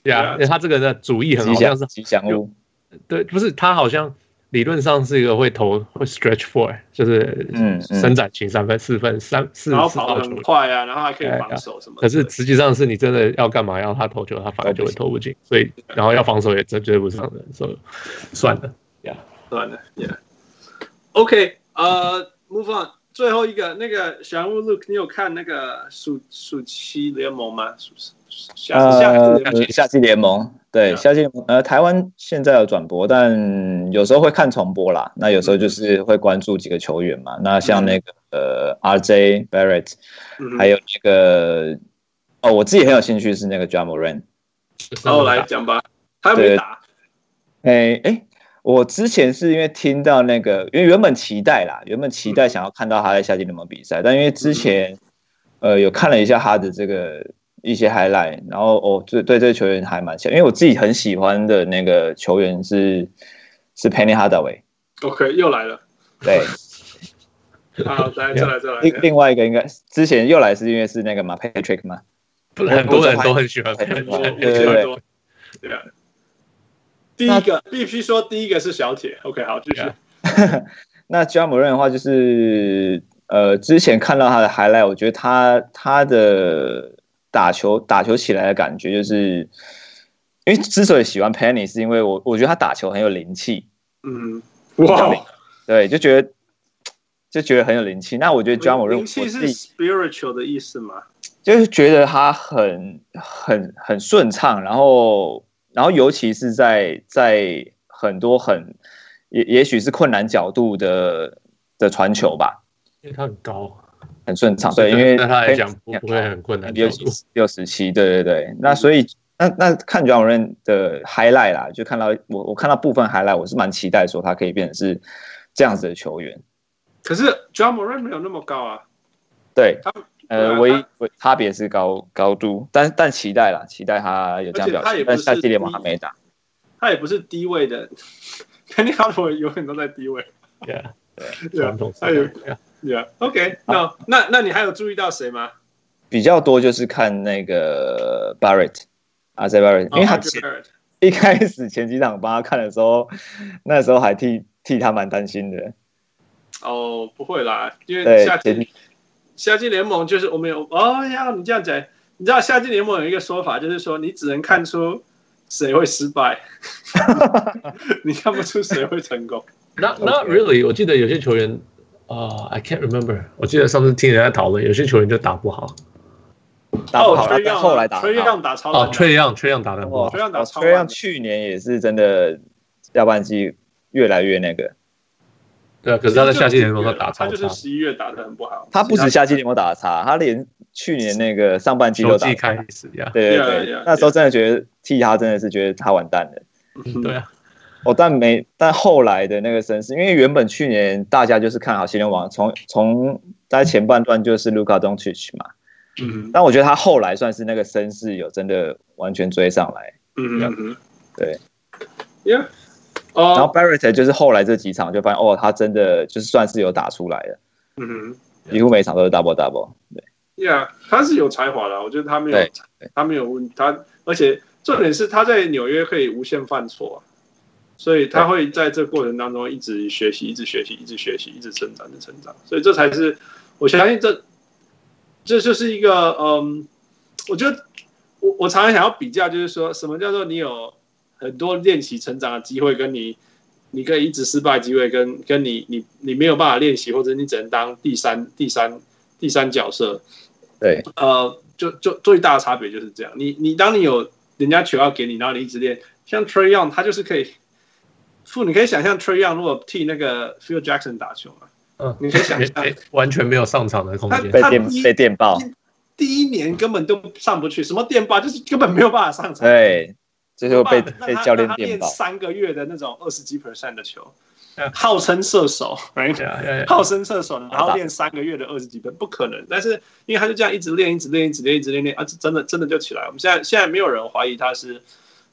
S3: 对
S1: Yeah.
S3: 啊，因为他这个人的主意很好
S2: 吉
S3: 像
S2: 祥
S3: 是
S2: 吉祥物，
S3: 对，不是他好像理论上是一个会投会 stretch four，就是
S2: 嗯嗯
S3: 伸展型三分、四分、三四
S1: 然后
S3: 四
S1: 跑
S3: 号
S1: 得
S3: 球
S1: 很。快啊，然后还可以防守什么的。
S3: 哎可是实际上是你真的要干嘛要他投球，他反而就会投不进，所以然后要防守也真追不上人，所以算了。
S1: 算了，Yeah。OK，呃、m o v e on。最后一个，那个小人物 Look，你有看那个暑暑期联盟吗？暑下下
S2: 呃
S1: 联盟，
S2: 夏季联盟，对，
S1: Yeah.
S2: 夏季联盟，呃，台湾现在有转播，但有时候会看重播啦。那有时候就是会关注几个球员嘛。那像那个呃，RJ Barrett，
S1: 嗯
S2: 还有那个哦，我自己很有兴趣是那个 Jamoran。
S1: 然后来讲吧，他没打，
S2: 哎哎，我之前是因为听到那个，因为原本期待啦，原本期待想要看到他在夏季联盟比赛，但因为之前呃有看了一下他的这个一些 highlight，然后我、哦、对对这个球员还蛮想，因为我自己很喜欢的那个球员是是 Penny Hardaway，
S1: OK，又来了，
S2: 对，
S1: 好，来再来再来，
S2: 另另外一个应该之前又来是因为是那个嘛 Patrick 嘛，
S3: 不是很多人都很喜欢 Patrick
S1: 我我
S3: Patterson
S1: 比较多，对啊。第一个必须说，第一个是小铁，OK，好，继续
S3: Yeah，
S2: 那 j a m 的话，就是呃，之前看到他的 highlight，我觉得他他的打球打球起来的感觉，就是因为之所以喜欢 Penny，是因为我我觉得他打球很有灵气，
S1: 嗯，哇，
S2: 对，就觉得就觉得很有灵气。那我觉得 j a m
S1: 灵
S2: 我
S1: 气
S2: 自
S1: 是
S2: 己
S1: spiritual 的意思吗？
S2: 就是觉得他很很很顺畅，然后然后尤其是在在很多很也也许是困难角度的的传球吧，
S3: 因为他很高。啊
S2: 很顺畅，啊 对，因为
S3: 对他来讲不
S2: 很
S3: 不会很困难
S2: 六
S3: 角
S2: 十
S3: 度。
S2: 六十七，对对对。
S1: 嗯
S2: 那所以那那看 John Ren 的 highlight 啦，就看到我我看到部分 highlight，我是蛮期待说他可以变成是这样子的球员。
S1: 可是 John Moran 没有那么高啊，
S2: 对
S1: 他，对啊
S2: 呃，
S1: 他
S2: 唯唯差别是高高度，但但期待啦，期待他有这样表
S1: 而且他也
S2: 现。
S1: 不
S2: 但
S1: 是
S2: 夏季联盟
S1: 第一
S2: 还没打，
S1: 他也不是低位的， 肯定他我永远都在低 位。
S3: Yeah，
S1: 对啊
S3: 传统思
S1: 还有
S3: 想。
S1: ，Yeah，OK，那那那你还有注意到谁吗？
S2: 比较多就是看那个 Barrett 啊，在 Barrett，因为他
S1: 哦 Andre
S2: 前
S1: Barrett
S2: 一开始前几场帮他看的时候，那时候还替替他蛮担心的。
S1: 哦，不会啦，因为
S2: 对
S1: 夏
S2: 前
S1: 季夏季联盟就是我们有哦呀，你这样讲，你知道夏季联盟有一个说法，就是说你只能看出谁会失败， 你看不出谁会成功。
S3: Not not really，我记得有些球员啊、i can't remember。我记得上次听人家讨论，有些球员就打不好。
S2: 打不好，
S1: 崔
S2: 但后来打得
S1: 崔
S2: 好。
S1: 让啊打超
S3: 哦
S1: 烂，
S3: 崔样崔样打得很不
S2: 哇
S3: 好
S1: 崔。样打超
S2: 崔
S1: 烂
S2: 哦样，去年也是真的下半季越来越那个，
S3: 对啊，可是他在夏季联盟他打
S1: 他
S3: 超
S1: 就是
S3: 差。
S1: 十一月打的很不好。
S2: 他不止夏季联盟打得差，他连去年那个上半季
S3: 球
S2: 都打
S3: 季
S2: 得
S3: 开
S2: 差。
S3: 始呀，
S2: 对对啊
S1: Yeah,
S2: 对
S1: yeah, 嗯
S2: 那时候真的觉得替他真的是觉得他完蛋了。
S3: 对啊，
S2: 哦，但没，但后来的那个绅士，因为原本去年大家就是看好新人王，从从在前半段就是 Luka Doncic 嘛，
S1: 嗯
S2: 但我觉得他后来算是那个绅士有真的完全追上来，
S1: 嗯嗯嗯，
S2: 对。
S1: Yeah，
S2: 然后
S1: 哦，
S2: Barrett 就是后来这几场就发现，哦，他真的就是算是有打出来的，
S1: 嗯
S2: 几乎每场都是 double double。
S1: ，Yeah，他是有才华的，我觉得他没有
S2: 对对，
S1: 他没有问他，而且重点是他在纽约可以无限犯错啊，所以他会在这过程当中一直学习，一直学习，一直学习，一直成长，一直成长，所以这才是我相信这这就是一个嗯，我觉得我我常常想要比较，就是说什么叫做你有很多练习成长的机会，跟你你可以一直失败的机会，跟跟你你你没有办法练习，或者你只能当第三第三第三角色，
S2: 对
S1: 呃，就就最大的差别就是这样。你你当你有人家球要给你，然后你一直练，像 Trey Young 他就是可以，父你可以想象 Trey Young 如果替那个 Phil Jackson 打球嘛，
S3: 嗯，
S1: 你可以想象
S3: 没没完全没有上场的空间
S2: 被
S1: 他
S2: 电
S1: 第一
S2: 被电爆，
S1: 第一年根本都上不去，什么电报就是根本没有办法上场，
S2: 对，最后哎
S1: 没有
S2: 被
S1: 办法
S2: 被
S1: 让他
S2: 教练
S1: 让他
S2: 电
S1: 练
S2: 爆。
S1: 三个月的那种二十几 percent 的球
S3: 嗯，
S1: 号称射手，right？
S3: 对啊对啊对啊
S1: 号称射手，然后练三个月的二十几分，不可能。但是因为他就这样一直练，一直练，一直练，一直练练啊，这真的真的就起来。我们现在现在没有人怀疑他是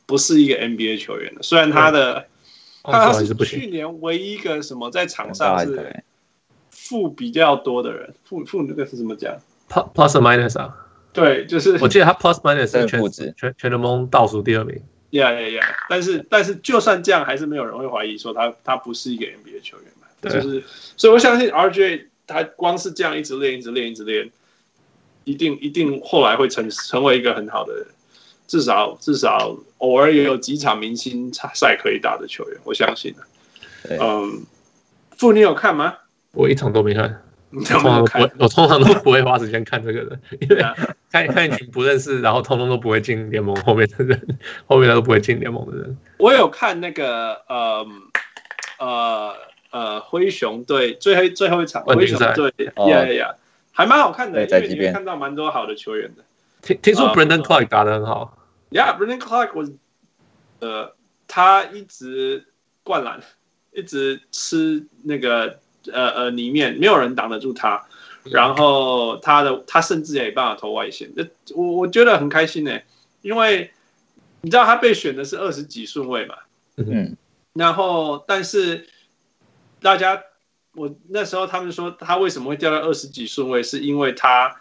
S1: 不是一个 NBA 球员的，虽然他的他
S3: 控制还
S1: 是
S3: 是不
S1: 去
S3: 行。
S1: 年唯一一个什么在场上是
S2: 对，
S1: 负比较多的人，负负那个是怎么讲？
S3: Plus plus or minus 啊，
S1: 对，就是
S3: 我记得他 plus minus 是
S2: 正
S3: 全
S2: 负值
S3: 全全联盟倒数第二名。
S1: 呀呀呀！但是但是，就算这样，还是没有人会怀疑说他他不是一个 NBA 球员嘛。
S3: 对
S1: 就是，所以我相信 RJ 他光是这样一直练，一直练，一直练，一定一定后来会成成为一个很好的，至少至少偶尔也有几场明星赛可以打的球员，我相信的
S2: 对。
S1: 嗯，傅，你有看吗？
S3: 我一场都没看，
S1: 你
S3: 我
S1: 有
S3: 通
S1: 没有
S3: 常都不
S1: 看
S3: 会？，我通常都不会花时间看这个人，因
S1: 对
S3: 为
S1: 啊，
S3: 看看一群不认识，然后通通都不会进联盟后面的人，后面他都不会进联盟的人。
S1: 我有看那个呃呃呃灰熊队最后最后一场
S3: 冠
S1: 灰
S3: 军
S1: 熊
S3: 赛
S1: 队，
S2: 哦
S1: 呀呀呀，还蛮好看的，
S2: 对
S1: 因
S2: 宅
S1: 为
S2: 急
S1: 你
S2: 便
S1: 会看到蛮多好的球员的。
S3: 听听说
S1: 啊
S3: Brandon Clark 打得很好，
S1: Yeah，Brendan Clark was 呃，他一直灌篮，一直吃那个呃呃里面，没有人挡得住他。然后他的他甚至也没办法投外线，这我我觉得很开心呢、因为你知道他被选的是二十几顺位嘛，
S2: 嗯，
S1: 然后，但是大家，我那时候他们说他为什么会掉到二十几顺位，是因为他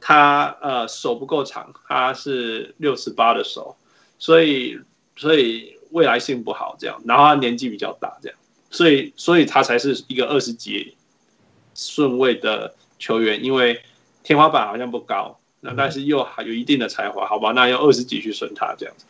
S1: 他呃手不够长，他是六十八的手，所以所以未来性不好这样，然后他年纪比较大这样，所以所以他才是一个二十几顺位的球员，因为天花板好像不高，那但是又还有一定的才华，好吧，那用二十几去损他这样子。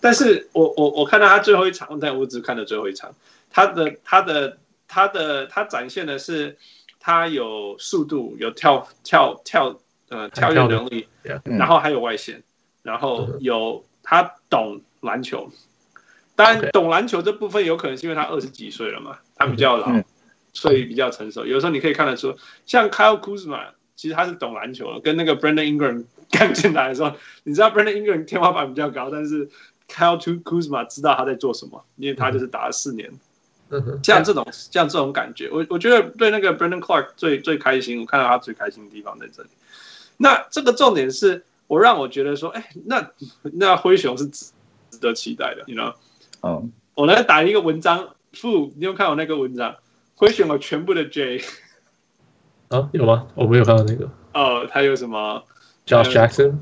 S1: 但是我我我看到他最后一场，但我只看了最后一场，他的他的他的他展现的是他有速度，有跳跳跳呃跳跃能力，
S2: 嗯
S1: 然后还有外线，然后有他懂篮球。当然，
S3: OK
S1: 懂篮球这部分有可能是因为他二十几岁了嘛，他比较老，
S2: 嗯
S1: 所以比较成熟。有时候你可以看得出，像 Kyle Kuzma，其实他是懂篮球的，跟那个 Brandon Ingram 刚进来的时候，你知道 Brandon Ingram 天花板比较高，但是 Kyle to Kuzma 知道他在做什么，因为他就是打了四年。
S3: 嗯哼
S1: 像这种像这种感觉，我我觉得对那个 Brandon Clark 最最开心，我看到他最开心的地方在这里。那这个重点是我让我觉得说，哎、那那灰熊是值值得期待的，你知道？
S2: 嗯，
S1: 我来打一个文章，傅，你有看我那个文章？灰熊有全部的 J，
S3: 啊，有吗？我没有看到那个
S1: 哦，他有什么？
S3: Josh Jackson、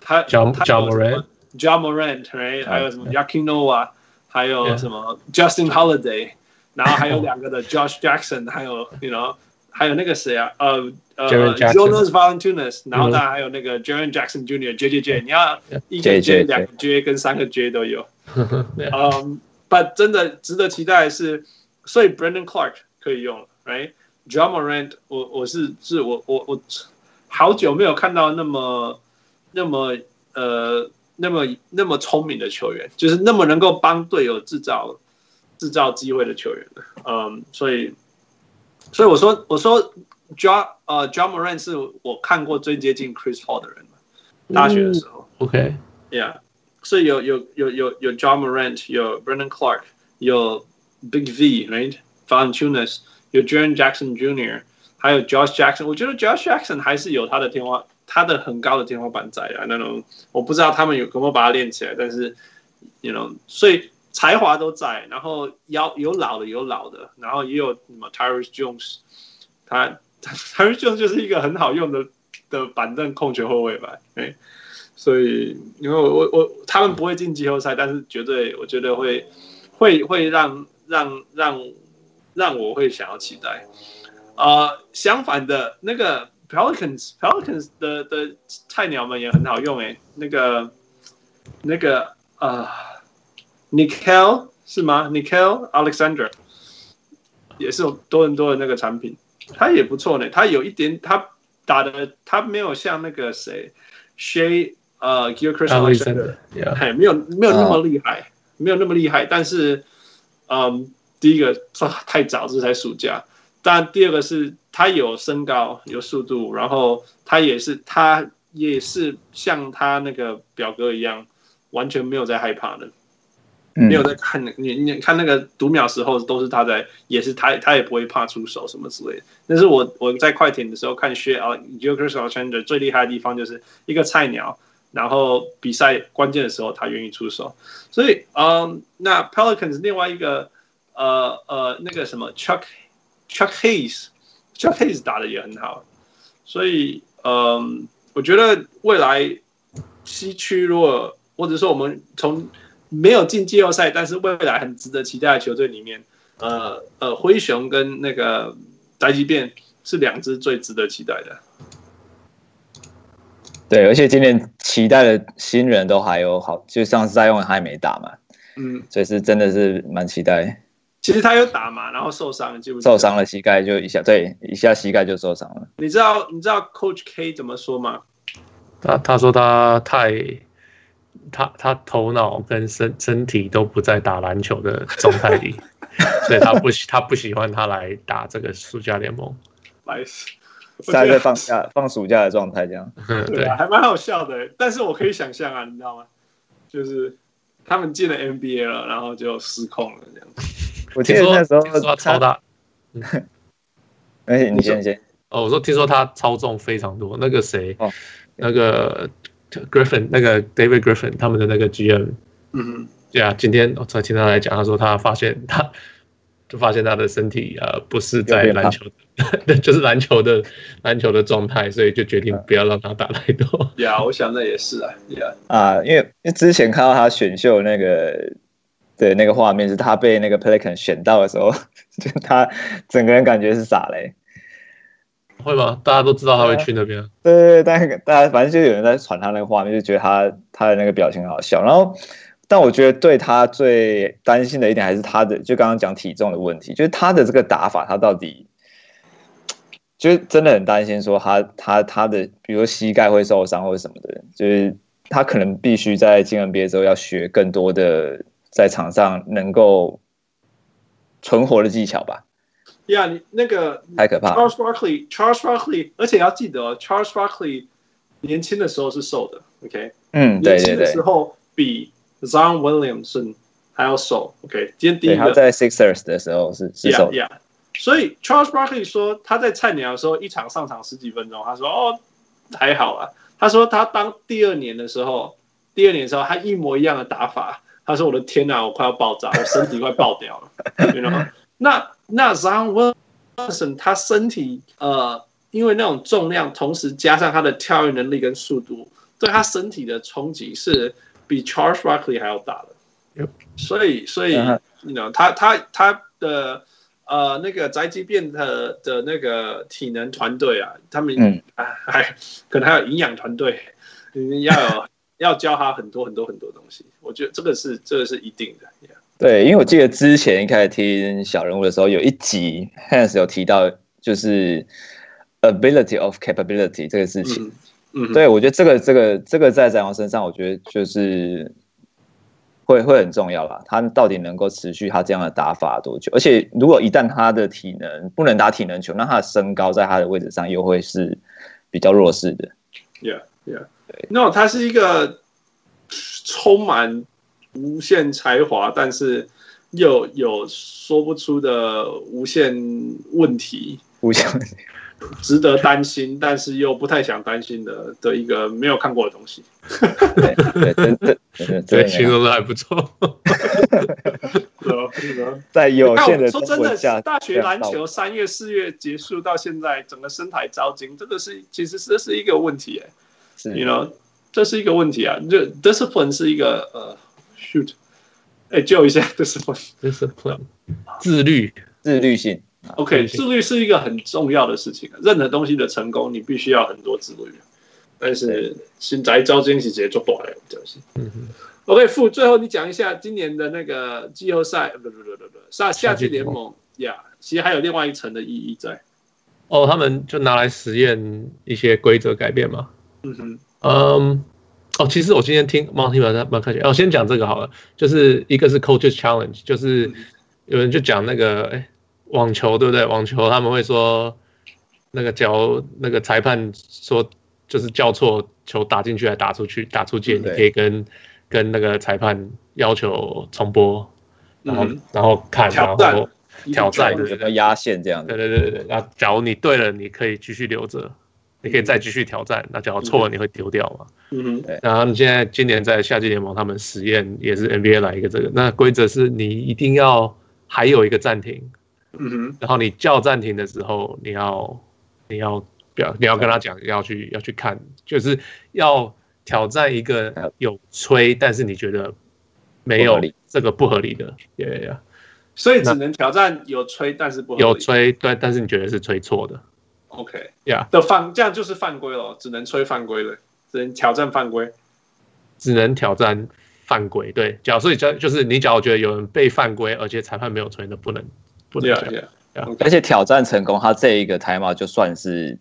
S1: 他
S3: John
S1: 他
S3: John
S1: 有什么
S3: Moran，
S1: Ja Morant，right? 还有什么 Yakinova，还有
S3: Yeah.
S1: 什么 Justin Holiday，然后还有两个的 Josh Jackson，还有 you know，还有那个谁啊，呃呃
S3: Jaren Jackson
S1: Jonas Valanciunas，然后
S3: Mhm.
S1: 当然还有那个 Jaren Jackson Jr. JJJ，你要
S3: Yeah.
S1: 一个 J、
S2: JJJ
S1: 两个 J 跟三个 J 都有。
S3: 呵呵对啊
S1: 嗯，但真的值得期待的是，所以 Brandon Clark 可以用了，right？John Morant，我我是是我我我好久没有看到那么那么呃那么那么聪明的球员，就是那么能够帮队友制造制造机会的球员了。嗯，所以所以我说我说 John 呃 John Morant 是我看过最接近 Chris Paul 的人了，大学的时候。
S3: ，OK，
S1: Yeah，所以有有有有有 John Morant，有 Brandon Clark，有 Big V，right，Valanciunas，有 j a r e n Jackson Jr.，还有 Josh Jackson。我觉得 Josh Jackson 还是有他的天花，他的很高的天花板在啊。那种我不知道他们有有没有把他练起来，但是，you know，所以才华都在，然后有有老的有老的，然后也有什么 Tyrese Jones，他 Tyrese Jones 就是一个很好用的的板凳控球后卫吧，对、所以，因为我我我他们不会进季后赛，但是绝对我觉得会会会让让让让我会想要期待。呃，相反的那个 Pelicans Pelicans 的的菜鸟们也很好用诶、那个那个呃 n i k e l 是吗 n i k e l Alexander 也是有多伦多的那个产品，他也不错呢、他有一点他打的他没有像那个谁 Shay 呃 g i l c h r i s Alexander
S3: ，Alexander，yeah，
S1: 哎，没有没有那么厉害，没有那么厉害。但是，嗯，第一个哇太早，这才暑假。但第二个是他有身高，有速度，然后他也是他也是像他那个表哥一样，完全没有在害怕的，
S2: 嗯
S1: 没有在看你你看那个读秒时候都是他在，也是他他也不会怕出手什么之类的。但是我我在快艇的时候看薛啊 j o k e r Alexander 最厉害的地方就是一个菜鸟，然后比赛关键的时候他愿意出手。所以，嗯，那 Pelicans 另外一个呃呃那个什么 Chuck Chuck Hayes，Chuck Hayes 打的也很好，所以嗯，我觉得未来西区如果或者说我们从没有进季后赛，但是未来很值得期待的球队里面，呃呃，灰熊跟那个宅急便是两支最值得期待的。
S2: 对，而且今年期待的新人都还有好，就上次在用他也没打嘛，
S1: 嗯，
S2: 所以是真的是蛮期待。
S1: 其实他有打嘛，然后受伤，记不记得
S2: 受伤了膝盖就一下，对，一下膝盖就受伤了。
S1: 你知道你知道 Coach K 怎么说吗？
S3: 他他说他太，他他头脑跟身身体都不在打篮球的状态里， 所以他不喜他不喜欢他来打这个暑假联盟。
S1: 来，
S2: 现在在放假放暑假的状态这样，
S3: 嗯，
S1: 对
S3: 对
S1: 啊，还蛮好笑的。但是我可以想象啊，你知道吗？就是他们进了 NBA 了，然后就失控了这样。
S2: 我记
S3: 听
S2: 得
S3: 说
S2: 那时候
S3: 听说他超大
S2: 而且你先先，
S3: 哦，我说听说他超重非常多，那个谁，
S2: 哦
S3: 那个 Griffin，那个 David Griffin 他们的那个 GM
S1: 嗯，
S3: 对啊，今天我才听他来讲，他说他发现 他就发现他的身体呃不是在篮球的， 就是篮球的篮球的状态，所以就决定不要让他打太多。
S1: 呀、我想那也是啊，呀、
S2: 啊，因为因为之前看到他选秀那个对那个画面，是他被那个 Pelican 选到的时候， 就他整个人感觉是傻嘞、
S3: 会吗？大家都知道他会去那边啊，
S2: 对对对，但大家反正就有人在传他那个画面，就觉得他他的那个表情很好笑。然后，但我觉得对他最担心的一点还是他的，就刚刚讲体重的问题，就是他的这个打法，他到底就是真的很担心说他他他的，比如说膝盖会受伤或者什么的，就是他可能必须在进 NBA 之后要学更多的在场上能够存活的技巧吧，
S1: 呀、你那个
S2: 太可怕了。
S1: Charles Barkley，Charles Barkley，而且要记得、哦、，Charles Barkley 年轻的时候是瘦的，OK，
S2: 嗯，对
S1: 年
S2: 对
S1: 轻的
S2: 对
S1: 时，候比 Zion Williamson 还要瘦，OK，今天第
S2: 对
S1: 一
S2: 他
S1: 个
S2: 在 Sixers 的时候是是受
S1: Yeah, yeah. 所以 Charles Barkley 说他在菜鸟的时候一场上场十几分钟，他说哦还好啊。他说他当第二年的时候，第二年的时候他一模一样的打法，他说我的天哪、我快要爆炸，我身体快爆掉了， 你知道吗？那那 Zion Wilson 他身体呃，因为那种重量，同时加上他的跳跃能力跟速度，对他身体的冲击是比 Charles Barkley 还要大的
S3: Yep.。
S1: 所以，所以
S2: 嗯哼
S1: 你知道，他他他的呃，那个宅急便的的那个体能团队啊，他们、
S2: 嗯
S1: 啊，还可能还有营养团队，你要有 要教他很多很多很多东西。我觉得这个是这个是一定的。Yeah.
S2: 对，因为我记得之前一开始听小人物的时候，有一集 Hans 有提到就是 ability of capability 这个事情。
S1: 嗯嗯，
S2: 对，我觉得这个这个这个在翟王身上，我觉得就是会会很重要啦。他到底能够持续他这样的打法多久？而且如果一旦他的体能不能打体能球，那他的身高在他的位置上又会是比较弱势的。
S1: Yeah, yeah. No，他是一个充满无限才华，但是又有说不出的无限问题，
S2: 互相
S1: 值得担心，但是又不太想担心的的一个没有看过的东西。
S2: 对对真的真的真
S3: 对，啊
S2: 的
S3: 形容的还不错。
S1: 呃呃
S2: 在有
S1: 但
S2: 限
S1: 我
S2: 的
S1: 说
S2: 生
S1: 真
S2: 活
S1: 的
S2: 下，，
S1: 大学篮
S2: 这
S1: 球
S2: 样
S1: 三月、四月结束到现在，整个生态糟精，这个是其实这是一个问题、欸，
S2: 是
S1: you know，这是一个问题啊。这 discipline 是一个呃，shoot，哎、救一下 discipline。
S3: discipline 自律，
S2: 自律性，
S1: OK，
S3: 对
S1: 自律是一个很重要的事情啊。任何东西的成功，你必须要很多自律。啊但是现在招金是直接做不来，就是。
S3: 嗯哼
S1: OK，傅，最后你讲一下今年的那个季后赛，呃不不不不不，夏夏季联盟呀其实还有另外一层的意义在。
S3: 哦，他们就拿来实验一些规则改变嘛。
S1: 嗯哼，
S3: 嗯，哦，其实我今天听 Monty 蛮蛮开心。哦，先讲这个好了，就是一个是 Coaches Challenge，就是
S1: 嗯
S3: 有人就讲那个哎网球对不对？网球他们会说那个脚那个裁判说就是叫错球打进去还打出去，打出界
S2: 嗯
S3: 你
S2: 对
S3: 可以跟跟那个裁判要求重播，然后、
S1: 嗯
S3: 然后看，
S1: 挑
S3: 然
S1: 战
S3: 后挑
S1: 在
S3: 战对
S2: 看
S3: 对
S2: 怎
S3: 对
S2: 么压线这样
S3: 对
S2: 子，
S3: 对对对对，那假如你对了，你可以继续留着，你可以再继续挑战。那假如错了，你会丢掉嘛？
S1: 嗯哼，
S3: 然后你现在今年在夏季联盟，他们实验也是 NBA 来一个这个，那规则是你一定要还有一个暂停，
S1: 嗯哼，
S3: 然后你叫暂停的时候，你要你要表你要跟他讲要去要去看，就是要挑战一个有吹，但是你觉得没
S2: 不
S3: 有
S2: 合理
S3: 这个不合理的，也、yeah, yeah.
S1: 所以只能挑战有吹，但是不合理
S3: 有吹对，但是你觉得是吹错的
S1: OK
S3: Yeah
S1: 的犯，这样就是犯规了，只能吹犯规了，只能挑战犯规。
S3: 只能挑战犯规。对，假如所以就就是你假如觉得有人被犯规，而且裁判没有吹，那不能不能
S1: Yeah
S3: 讲。
S1: yeah，
S2: 而且挑战成功，他这一个 timeout 就算是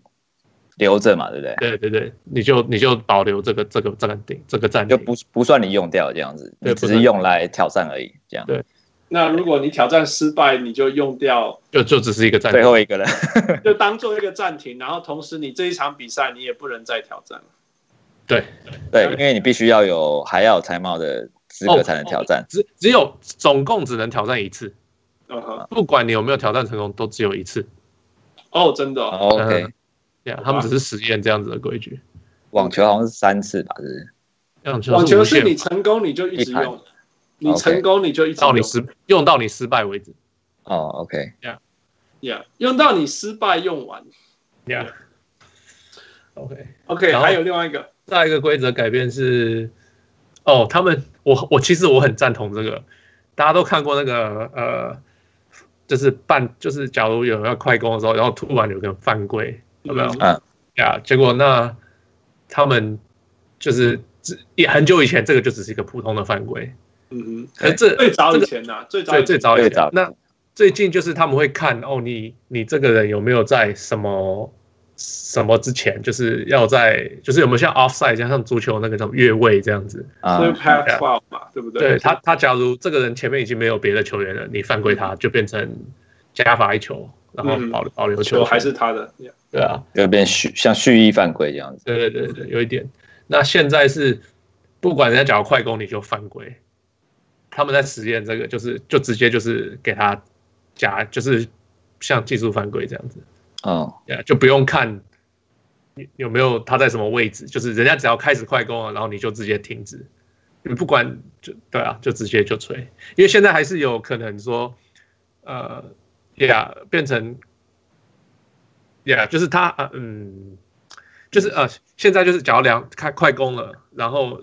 S2: 留着嘛，对不对？
S3: 对对对，你就你就保留这个这个暂停这个暂
S2: 就
S3: 停，
S2: 不不算你用掉这样子，
S3: 对
S2: 你只是用来挑战而已，这样
S3: 对
S1: 那如果你挑战失败，你就用掉，
S3: 就就只是一个暂
S2: 最
S3: 停。
S2: 后一个了，
S1: 就当做一个暂停，然后同时你这一场比赛你也不能再挑战了。
S3: 对，
S2: 对，因为你必须要有还要有 timeout 的资
S3: 哦
S2: 格才能挑战，
S3: 只只有总共只能挑战一次，
S1: 嗯哼，
S3: 不管你有没有挑战成功，都只有一次。
S1: 哦，真的哦、
S2: 哦 OK，
S3: 嗯对啊，他们只是实验这样子的规矩。
S2: 网球好像是三次吧，是不是
S3: 这样就
S1: 网球
S3: 无
S1: 是
S3: 限
S1: 你成功你就一直
S2: 一盘
S1: 用，你成功你就一直
S3: 到
S1: 用
S3: 你失用到你失败为止。
S2: 哦 OK，
S1: ，yeah, 用到你失败用完。
S3: Yeah。OK，
S1: OK，
S3: 然后
S1: 还有另外一个，
S3: 下一个规则改变是，哦，他们我我其实我很赞同这个，大家都看过那个呃，就是办就是假如有人要快攻的时候，然后突然有个人犯规，有没有？
S2: 嗯
S3: 呀，结果那他们就是只也很久以前，这个就只是一个普通的犯规。
S1: 嗯
S3: 可是这
S1: 哼，最早以前呐、最早
S3: 最
S1: 以前
S3: 最早以
S2: 最
S3: 前
S2: 早，
S3: 那最近就是他们会看哦，你你这个人有没有在什么什么之前，就是要在就是有没有像 offside 加上足球那个什么越位这样子。
S2: 啊
S1: 所以 Path Twelve 嘛，对不对？
S3: 对他，他假如这个人前面已经没有别的球员了，你犯规他就变成加罚一球，然后
S1: 嗯
S3: 保留保留球
S1: 球
S3: 权
S1: 还是他的，yeah。
S3: 对啊，
S2: 就变蓄像蓄意犯规这样子，
S3: 对对对对，有一点。那现在是不管人家讲到快攻，你就犯规。他们在实验这个，就是就直接就是给他加，就是像技术犯规这样子，
S2: 嗯，
S3: 对啊，就不用看你有没有他在什么位置，就是人家只要开始快攻了，然后你就直接停止，你不管就对啊，就直接就吹。因为现在还是有可能说，呃，呀、yeah,，变成呀、yeah,，就是他呃嗯，就是呃，现在就是假如两开快攻了，然后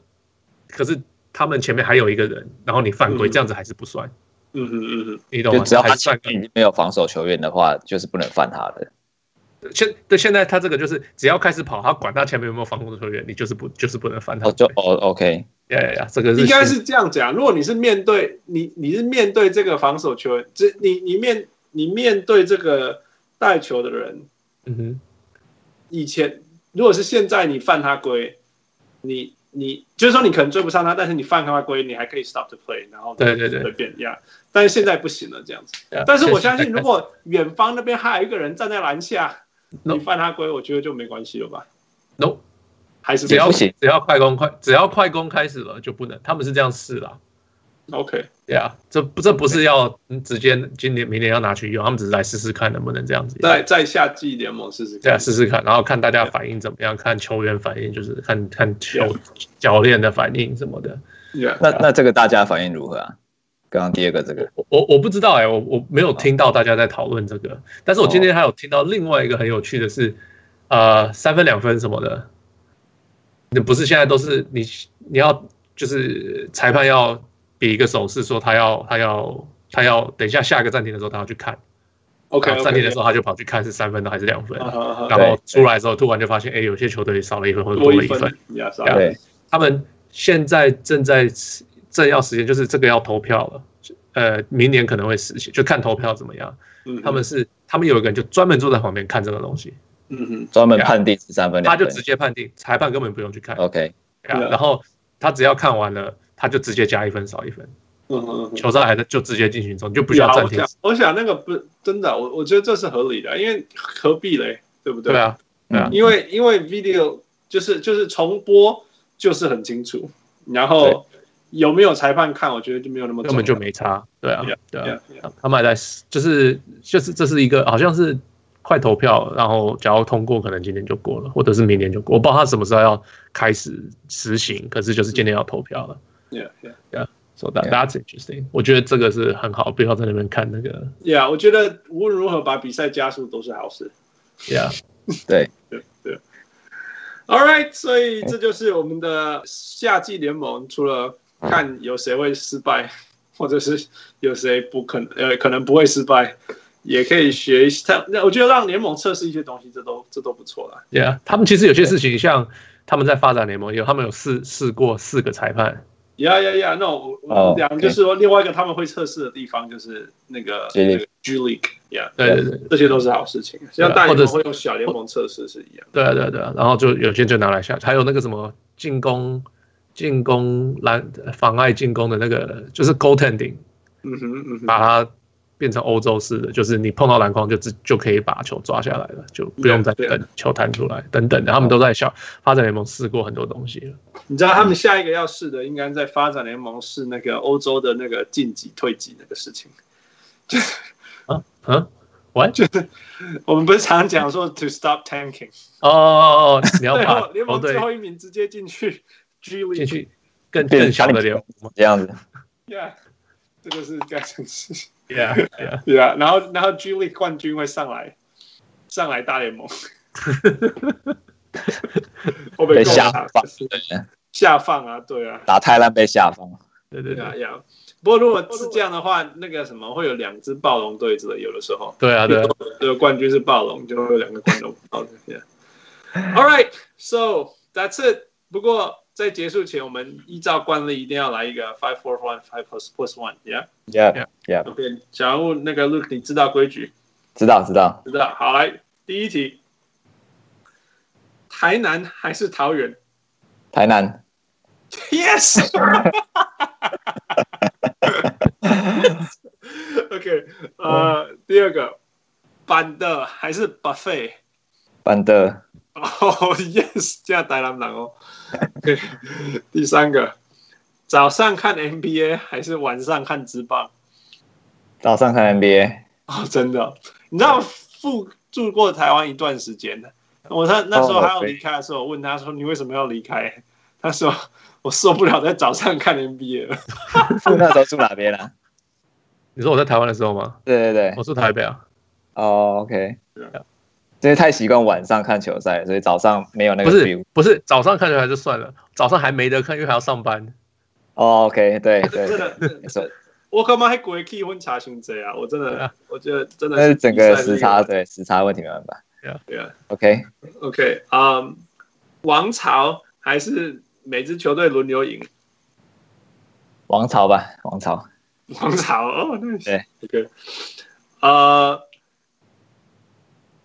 S3: 可是他们前面还有一个人，然后你犯规，
S1: 嗯
S3: 这样子还是不算，
S1: 嗯哼嗯哼，
S3: 你懂
S2: 就
S3: 吗？
S2: 只要
S3: 还
S2: 他
S3: 是算
S2: 前
S3: 个
S2: 面已经没有防守球员的话，就是不能犯他的，
S3: 现对现在他这个就是只要开始跑，他管他前面有没有防控球员，你就是不就是不能犯他
S2: 哦
S3: 的
S2: 就
S3: 规。
S2: 哦 OK，
S3: 呀呀呀，这个是
S1: 应该
S3: 新
S1: 是这样讲。如果你是面对你，你是面对这个防守球员，这你你面你面对这个带球的人，
S3: 嗯哼
S1: 以前如果是现在你犯他规，你你就是说你可能追不上他，但是你犯他规，你还可以 stop the play，然后
S3: 对对对
S1: 随便呀。但是现在不行了，这样子。
S3: 呀
S1: 但是我
S3: 现在
S1: 相信，如果远方那边还有一个人站在篮下，
S3: No
S1: 你犯他规，我觉得就没关系了吧？
S3: no
S1: 还是
S3: 只要
S2: 不行
S3: 只要快攻快只要快攻开始了就不能，他们是这样试啦。
S1: OK，
S3: 对啊，这不这不是要直接今年明年要拿去用，他们只是来试试看能不能这样子。
S1: 在在夏季联盟试试
S3: 对啊，
S1: 看。
S3: 试试看，然后看大家反应怎么样，看球员反应，就是看看球教练的反应什么的。
S1: Yeah，
S2: 那那这个大家反应如何啊？刚刚第二个这个，
S3: 我我我不知道哎、我我没
S1: 哦
S3: 有听到大家在讨论这个，但是我今天还有听到另外一个很有趣的是，呃，三分两分什么的，那不是现在都是你你要就是裁判要比一个手势，说他要他要他要等一下下一个暂停的时候他要去看
S1: OK，
S3: 然后暂停的时
S1: 候，
S3: 候他就跑去看是三分的还是两分，
S1: 啊哈啊哈
S3: 然后出来之后突然就发现哎、有些球队少了一分或者多
S1: 多
S3: 了
S1: 一
S3: 一分，
S1: 分，Yeah，少
S3: 啊
S1: 啊
S2: 对，
S3: 他们现在正在正要实现，就是这个要投票了，呃，明年可能会实现，就看投票怎么样。
S1: 嗯
S3: 他们是他们有一个人就专门坐在旁边看这个东西，
S1: 嗯
S2: 专门判定是三分
S3: 他
S2: 两
S3: 就
S2: 分
S3: 直接判定，裁判根本不用去看，
S2: ，OK，
S3: 对啊
S1: 对啊
S3: 然后他只要看完了，他就直接加一分少一分，
S1: 哼嗯哼嗯哼。啊
S3: 球赛还在就直接进行中，你就不需要暂停
S1: 我。想，我想那个不真的，我我觉得这是合理的，因为何必嘞，对不对？
S3: 对啊，对啊
S2: 嗯
S1: 因为因为 video 就是就是重播就是很清楚，然
S2: 对
S1: 后有没有裁判看，我觉得就没有那么重要
S3: 根本就。没差。对啊
S1: Yeah，
S3: 对啊
S1: Yeah，
S3: 他们还在就是就是这是一个好像是快投票，然后假如通过，可能今天就过了，或者是明年就过。我不知道他什么时候要开始实行，可是就是今天要投票了。
S1: yeah, yeah,
S3: So that
S2: Yeah
S3: that's interesting。我觉得这个是很好，不要在那边看那个。
S1: yeah，我觉得无论如何把比赛加速都是好事。
S3: Yeah，
S1: 对对。All right，所
S2: 哎
S1: 以这就是我们的夏季联盟，除了看有谁会失败， 或者是有谁不可能呃可能不会失败，也可以学习他。那我觉得让联盟测试一些东西，这都这都不错啦。
S3: yeah，他们其实有些事情像。他们在发展联盟也有，他们有试试过四个裁判，
S1: 呀呀呀！那我
S2: 哦
S1: 我讲
S2: OK
S1: 就是说，另外一个他们会测试的地方就是那个
S2: G League
S1: 那个 G League，yeah，
S3: 对对对
S1: 这些都是好事情。
S3: 对啊
S1: 像大联
S3: 或者
S1: 盟
S3: 是
S1: 会用小联盟测试是一样
S3: 对啊对啊对啊，然后就有些就拿来下，还有那个什么进攻进攻拦妨碍进攻的那个，就是 goaltending，
S1: 的。嗯哼嗯哼
S3: 把它变成欧洲式的，就是你碰到篮筐就自就可以把球抓下来了，就不用再
S1: 对啊对哦
S3: 等球弹出来等等的，他们都在小发展联盟试过很多东西了。
S1: 你知道他们下一个要试的，应该在发展联盟是那个欧洲的那个晋级退级那个事情。
S3: 嗯，what？
S1: 我们不是常讲说 to stop tanking，
S3: 哦哦哦，你 要
S1: 最
S3: 把
S1: 啊后联
S3: 球
S1: 盟最
S3: 队
S1: 后一名直接进去 G
S3: 进
S1: League，
S3: 去更
S2: 变
S3: 更小的联盟吗
S2: 这样子，
S1: yeah, 这个是该成事。
S3: ？Yeah yeah，
S1: 对啊，然后然后 G League 冠军会上来，上来大联盟，会
S2: 被
S1: 被够
S2: 下
S1: 惨
S2: 放，
S1: 下放啊，对啊，
S2: 打太烂被下放，
S3: 对对
S1: 对
S3: 对
S1: 啊，呀。不过如果是这样的话，那个什么会有两支暴龙队之类，有的时候，
S3: 对啊对啊，
S1: 这个冠军是暴龙，就会有两个冠龙。好的，yeah。All right, so that's it。不过在结束前，我们依照惯例一定要来一个 five four one five plus plus one。Yeah。
S2: Yeah，
S1: OK，假如那个 Luke 你知道规矩，
S2: 知道知道，
S1: 知道。好，来第一题，台南还是桃园
S2: 台南，
S1: ？Yes 。OK，呃，第二个，板的还是 buffet？
S2: 板的
S1: 哦、y e s 这样台南人哦。OK，第三个，早上看 NBA 还是晚上看直棒？
S2: 早上看 NBA，
S1: 哦，真的哦，你知道父住过台湾一段时间的，我他那时候
S2: 哦
S1: 他要
S2: 对
S1: 离开的时候，我问他说：“你为什么要离开？” 他说：“我受不了在早上看 NBA 了。
S2: 住那时候住哪边 啊？
S3: 你说我在台湾的时候吗？
S2: 对对对
S3: 我，住台北啊，
S2: 哦，OK，
S1: 对啊
S2: 因为太习惯晚上看球赛，所以早上没有那
S3: 不
S2: 个
S3: 是
S2: feel。
S3: 不是，早上看球还就算了，早上还没得看，因为还要上班。
S2: 哦，OK，对”对，
S1: 真
S2: 对
S1: 的，真
S2: 没
S1: 的
S2: 错，
S1: 我干嘛还鬼气婚茶行贼啊？我真
S3: 对
S1: 的
S3: 啊，
S1: 我觉得真的
S2: 但是整个时差，
S1: 比赛是一啊
S2: 对时差问题没办法。
S1: 对啊。
S2: OK，
S1: OK，嗯、王朝还是每支球队轮流赢。
S2: 王朝吧，王朝，
S1: 王朝哦，那
S2: 对
S1: ，OK，呃，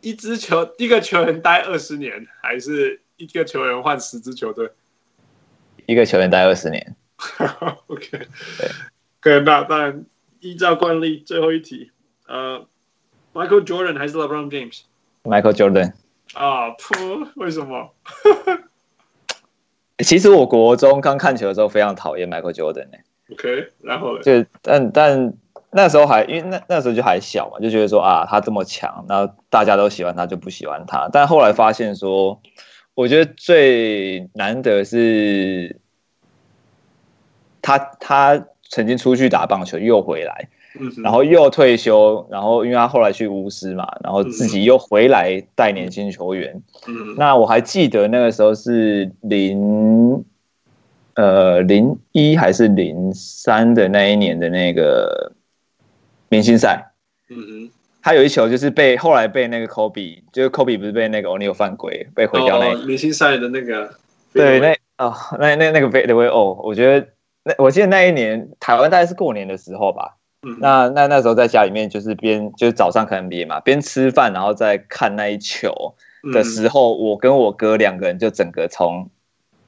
S1: 一支球一个球员待二十年，还是一个球员换十支球队
S2: 一个球员待二十年，
S1: ？OK，对，那当然依照惯例，最后一题，呃，Michael Jordan 还是 LeBron James
S2: Michael Jordan。
S1: 啊？噗，为什么？
S2: 其实我国中刚看球的时候非常讨厌 Michael Jordan 欸
S1: OK，然后嘞
S2: 就但但那时候还因为那那时候就还小嘛，就觉得说啊他这么强，那大家都喜欢他就不喜欢他。但后来发现说，我觉得最难得是他他曾经出去打棒球又回来，
S1: 嗯哼，
S2: 然后又退休，然后因为他后来去巫师嘛，然后自己又回来带年轻球员。
S1: 嗯
S2: 那我还记得那个时候是零呃零一还是零三的那一年的那个明星赛，
S1: 嗯
S2: 他有一球就是被后来被那个 Kobe，就是 Kobe 不是被那个 O'Neal 犯规被
S1: 哼，
S2: 毁掉那一
S1: 哦，明星赛的那个，
S2: 对，那哦，那那那个 fade away 哦，我觉得那我记得那一年台湾大概是过年的时候吧，
S1: 嗯
S2: 那那那时候在家里面就是边就是早上可能也嘛边吃饭，然后再看那一球
S1: 嗯
S2: 的时候，我跟我哥两个人就整个从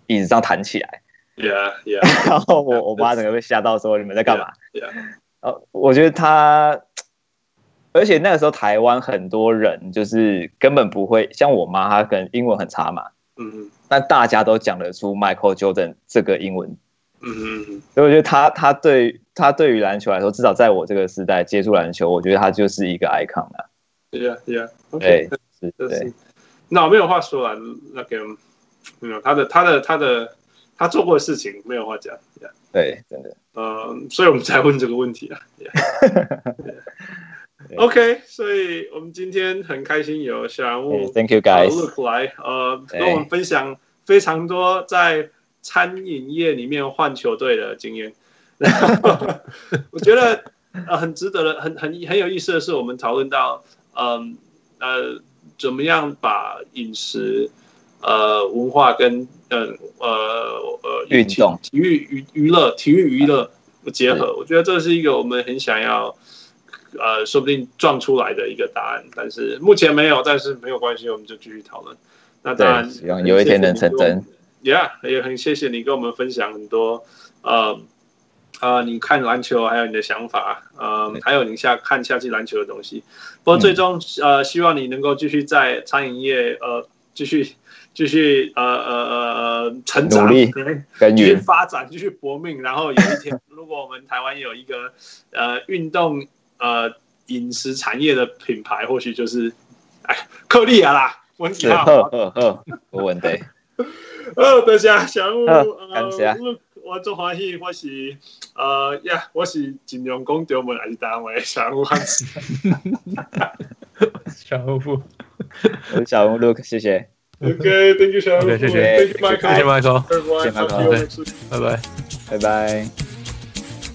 S2: 椅子上弹起来，
S1: ，Yeah Yeah
S2: 然后我我妈整个被吓到说你们在干嘛？
S1: Yeah，
S2: 呃，我觉得他，而且那个时候台湾很多人就是根本不会像我妈，她可能英文很差嘛，
S1: 嗯
S2: 但大家都讲得出 Michael Jordan 这个英文
S1: 嗯嗯
S2: 所以我觉得他他对他对于篮球来说，至少在我这个时代接触篮球，我觉得他就是一个 icon 啊。
S1: ，Yeah Yeah，OK，
S2: 对，是，
S1: 这
S2: 对
S1: 是，那我没有话说了，那个，没有他的他的他的他做过的事情没有话讲，Yeah，
S2: 对，真的。
S1: 呃，所以我们才问这个问题啊，Yeah。OK，所以我们今天很开心有小人
S2: 对
S1: 物
S2: 哎 Thank you
S1: 呃
S2: guys。
S1: Look 来，呃，
S2: 对
S1: 跟我们分享非常多在餐饮业里面换球队的经验。 然后我觉得呃很值得的，很很很有意思的是，我们讨论到嗯呃怎么样把饮食呃文化跟呃呃呃
S2: 运
S1: 体
S2: 动
S1: 体育娱娱乐体育娱乐结合，我觉得这是一个我们很想要。呃，说不定撞出来的一个答案，但是目前没有，但是没有关系，我们就继续讨论。那当然，
S2: 对希望有一天能成真。
S1: Yeah，也很谢谢你跟我们分享很多，呃，呃，你看篮球还有你的想法，呃，还有你下看夏季篮球的东西。不过最终，
S2: 嗯
S1: 呃，希望你能够继续在餐饮业，呃，继续继续呃呃呃成长，
S2: 努力
S1: 对
S2: 跟
S1: 继续
S2: 云，
S1: 发展，继续搏命。然后有一天，如果我们台湾有一个呃运动呃饮食产业的品牌，或许就是哎克利亚啦，文
S2: 是
S1: 体
S2: 呵
S1: 号。
S2: 呵呵，我问对，
S1: 呃，大家小物，
S2: 好
S1: 呃
S2: 感谢，
S1: 我我做欢喜，我是呃呀，我是尽量讲中文还是单位小物。
S3: 小夫妇
S2: 我是小红 Look，谢谢，
S1: OK，thank you，小物
S3: OK，谢谢
S1: ，thank
S3: 谢谢
S1: you，Michael。
S3: Michael，
S1: Everyone，talk
S2: 谢谢
S1: to you
S3: Michael
S1: next week.
S3: 拜拜。
S2: 拜拜。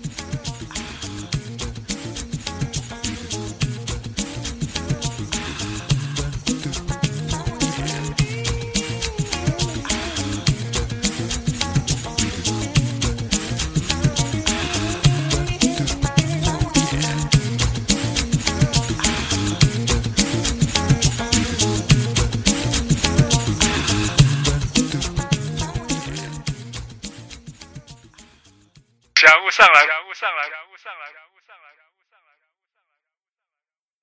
S4: 翔物上来，翔物上来，翔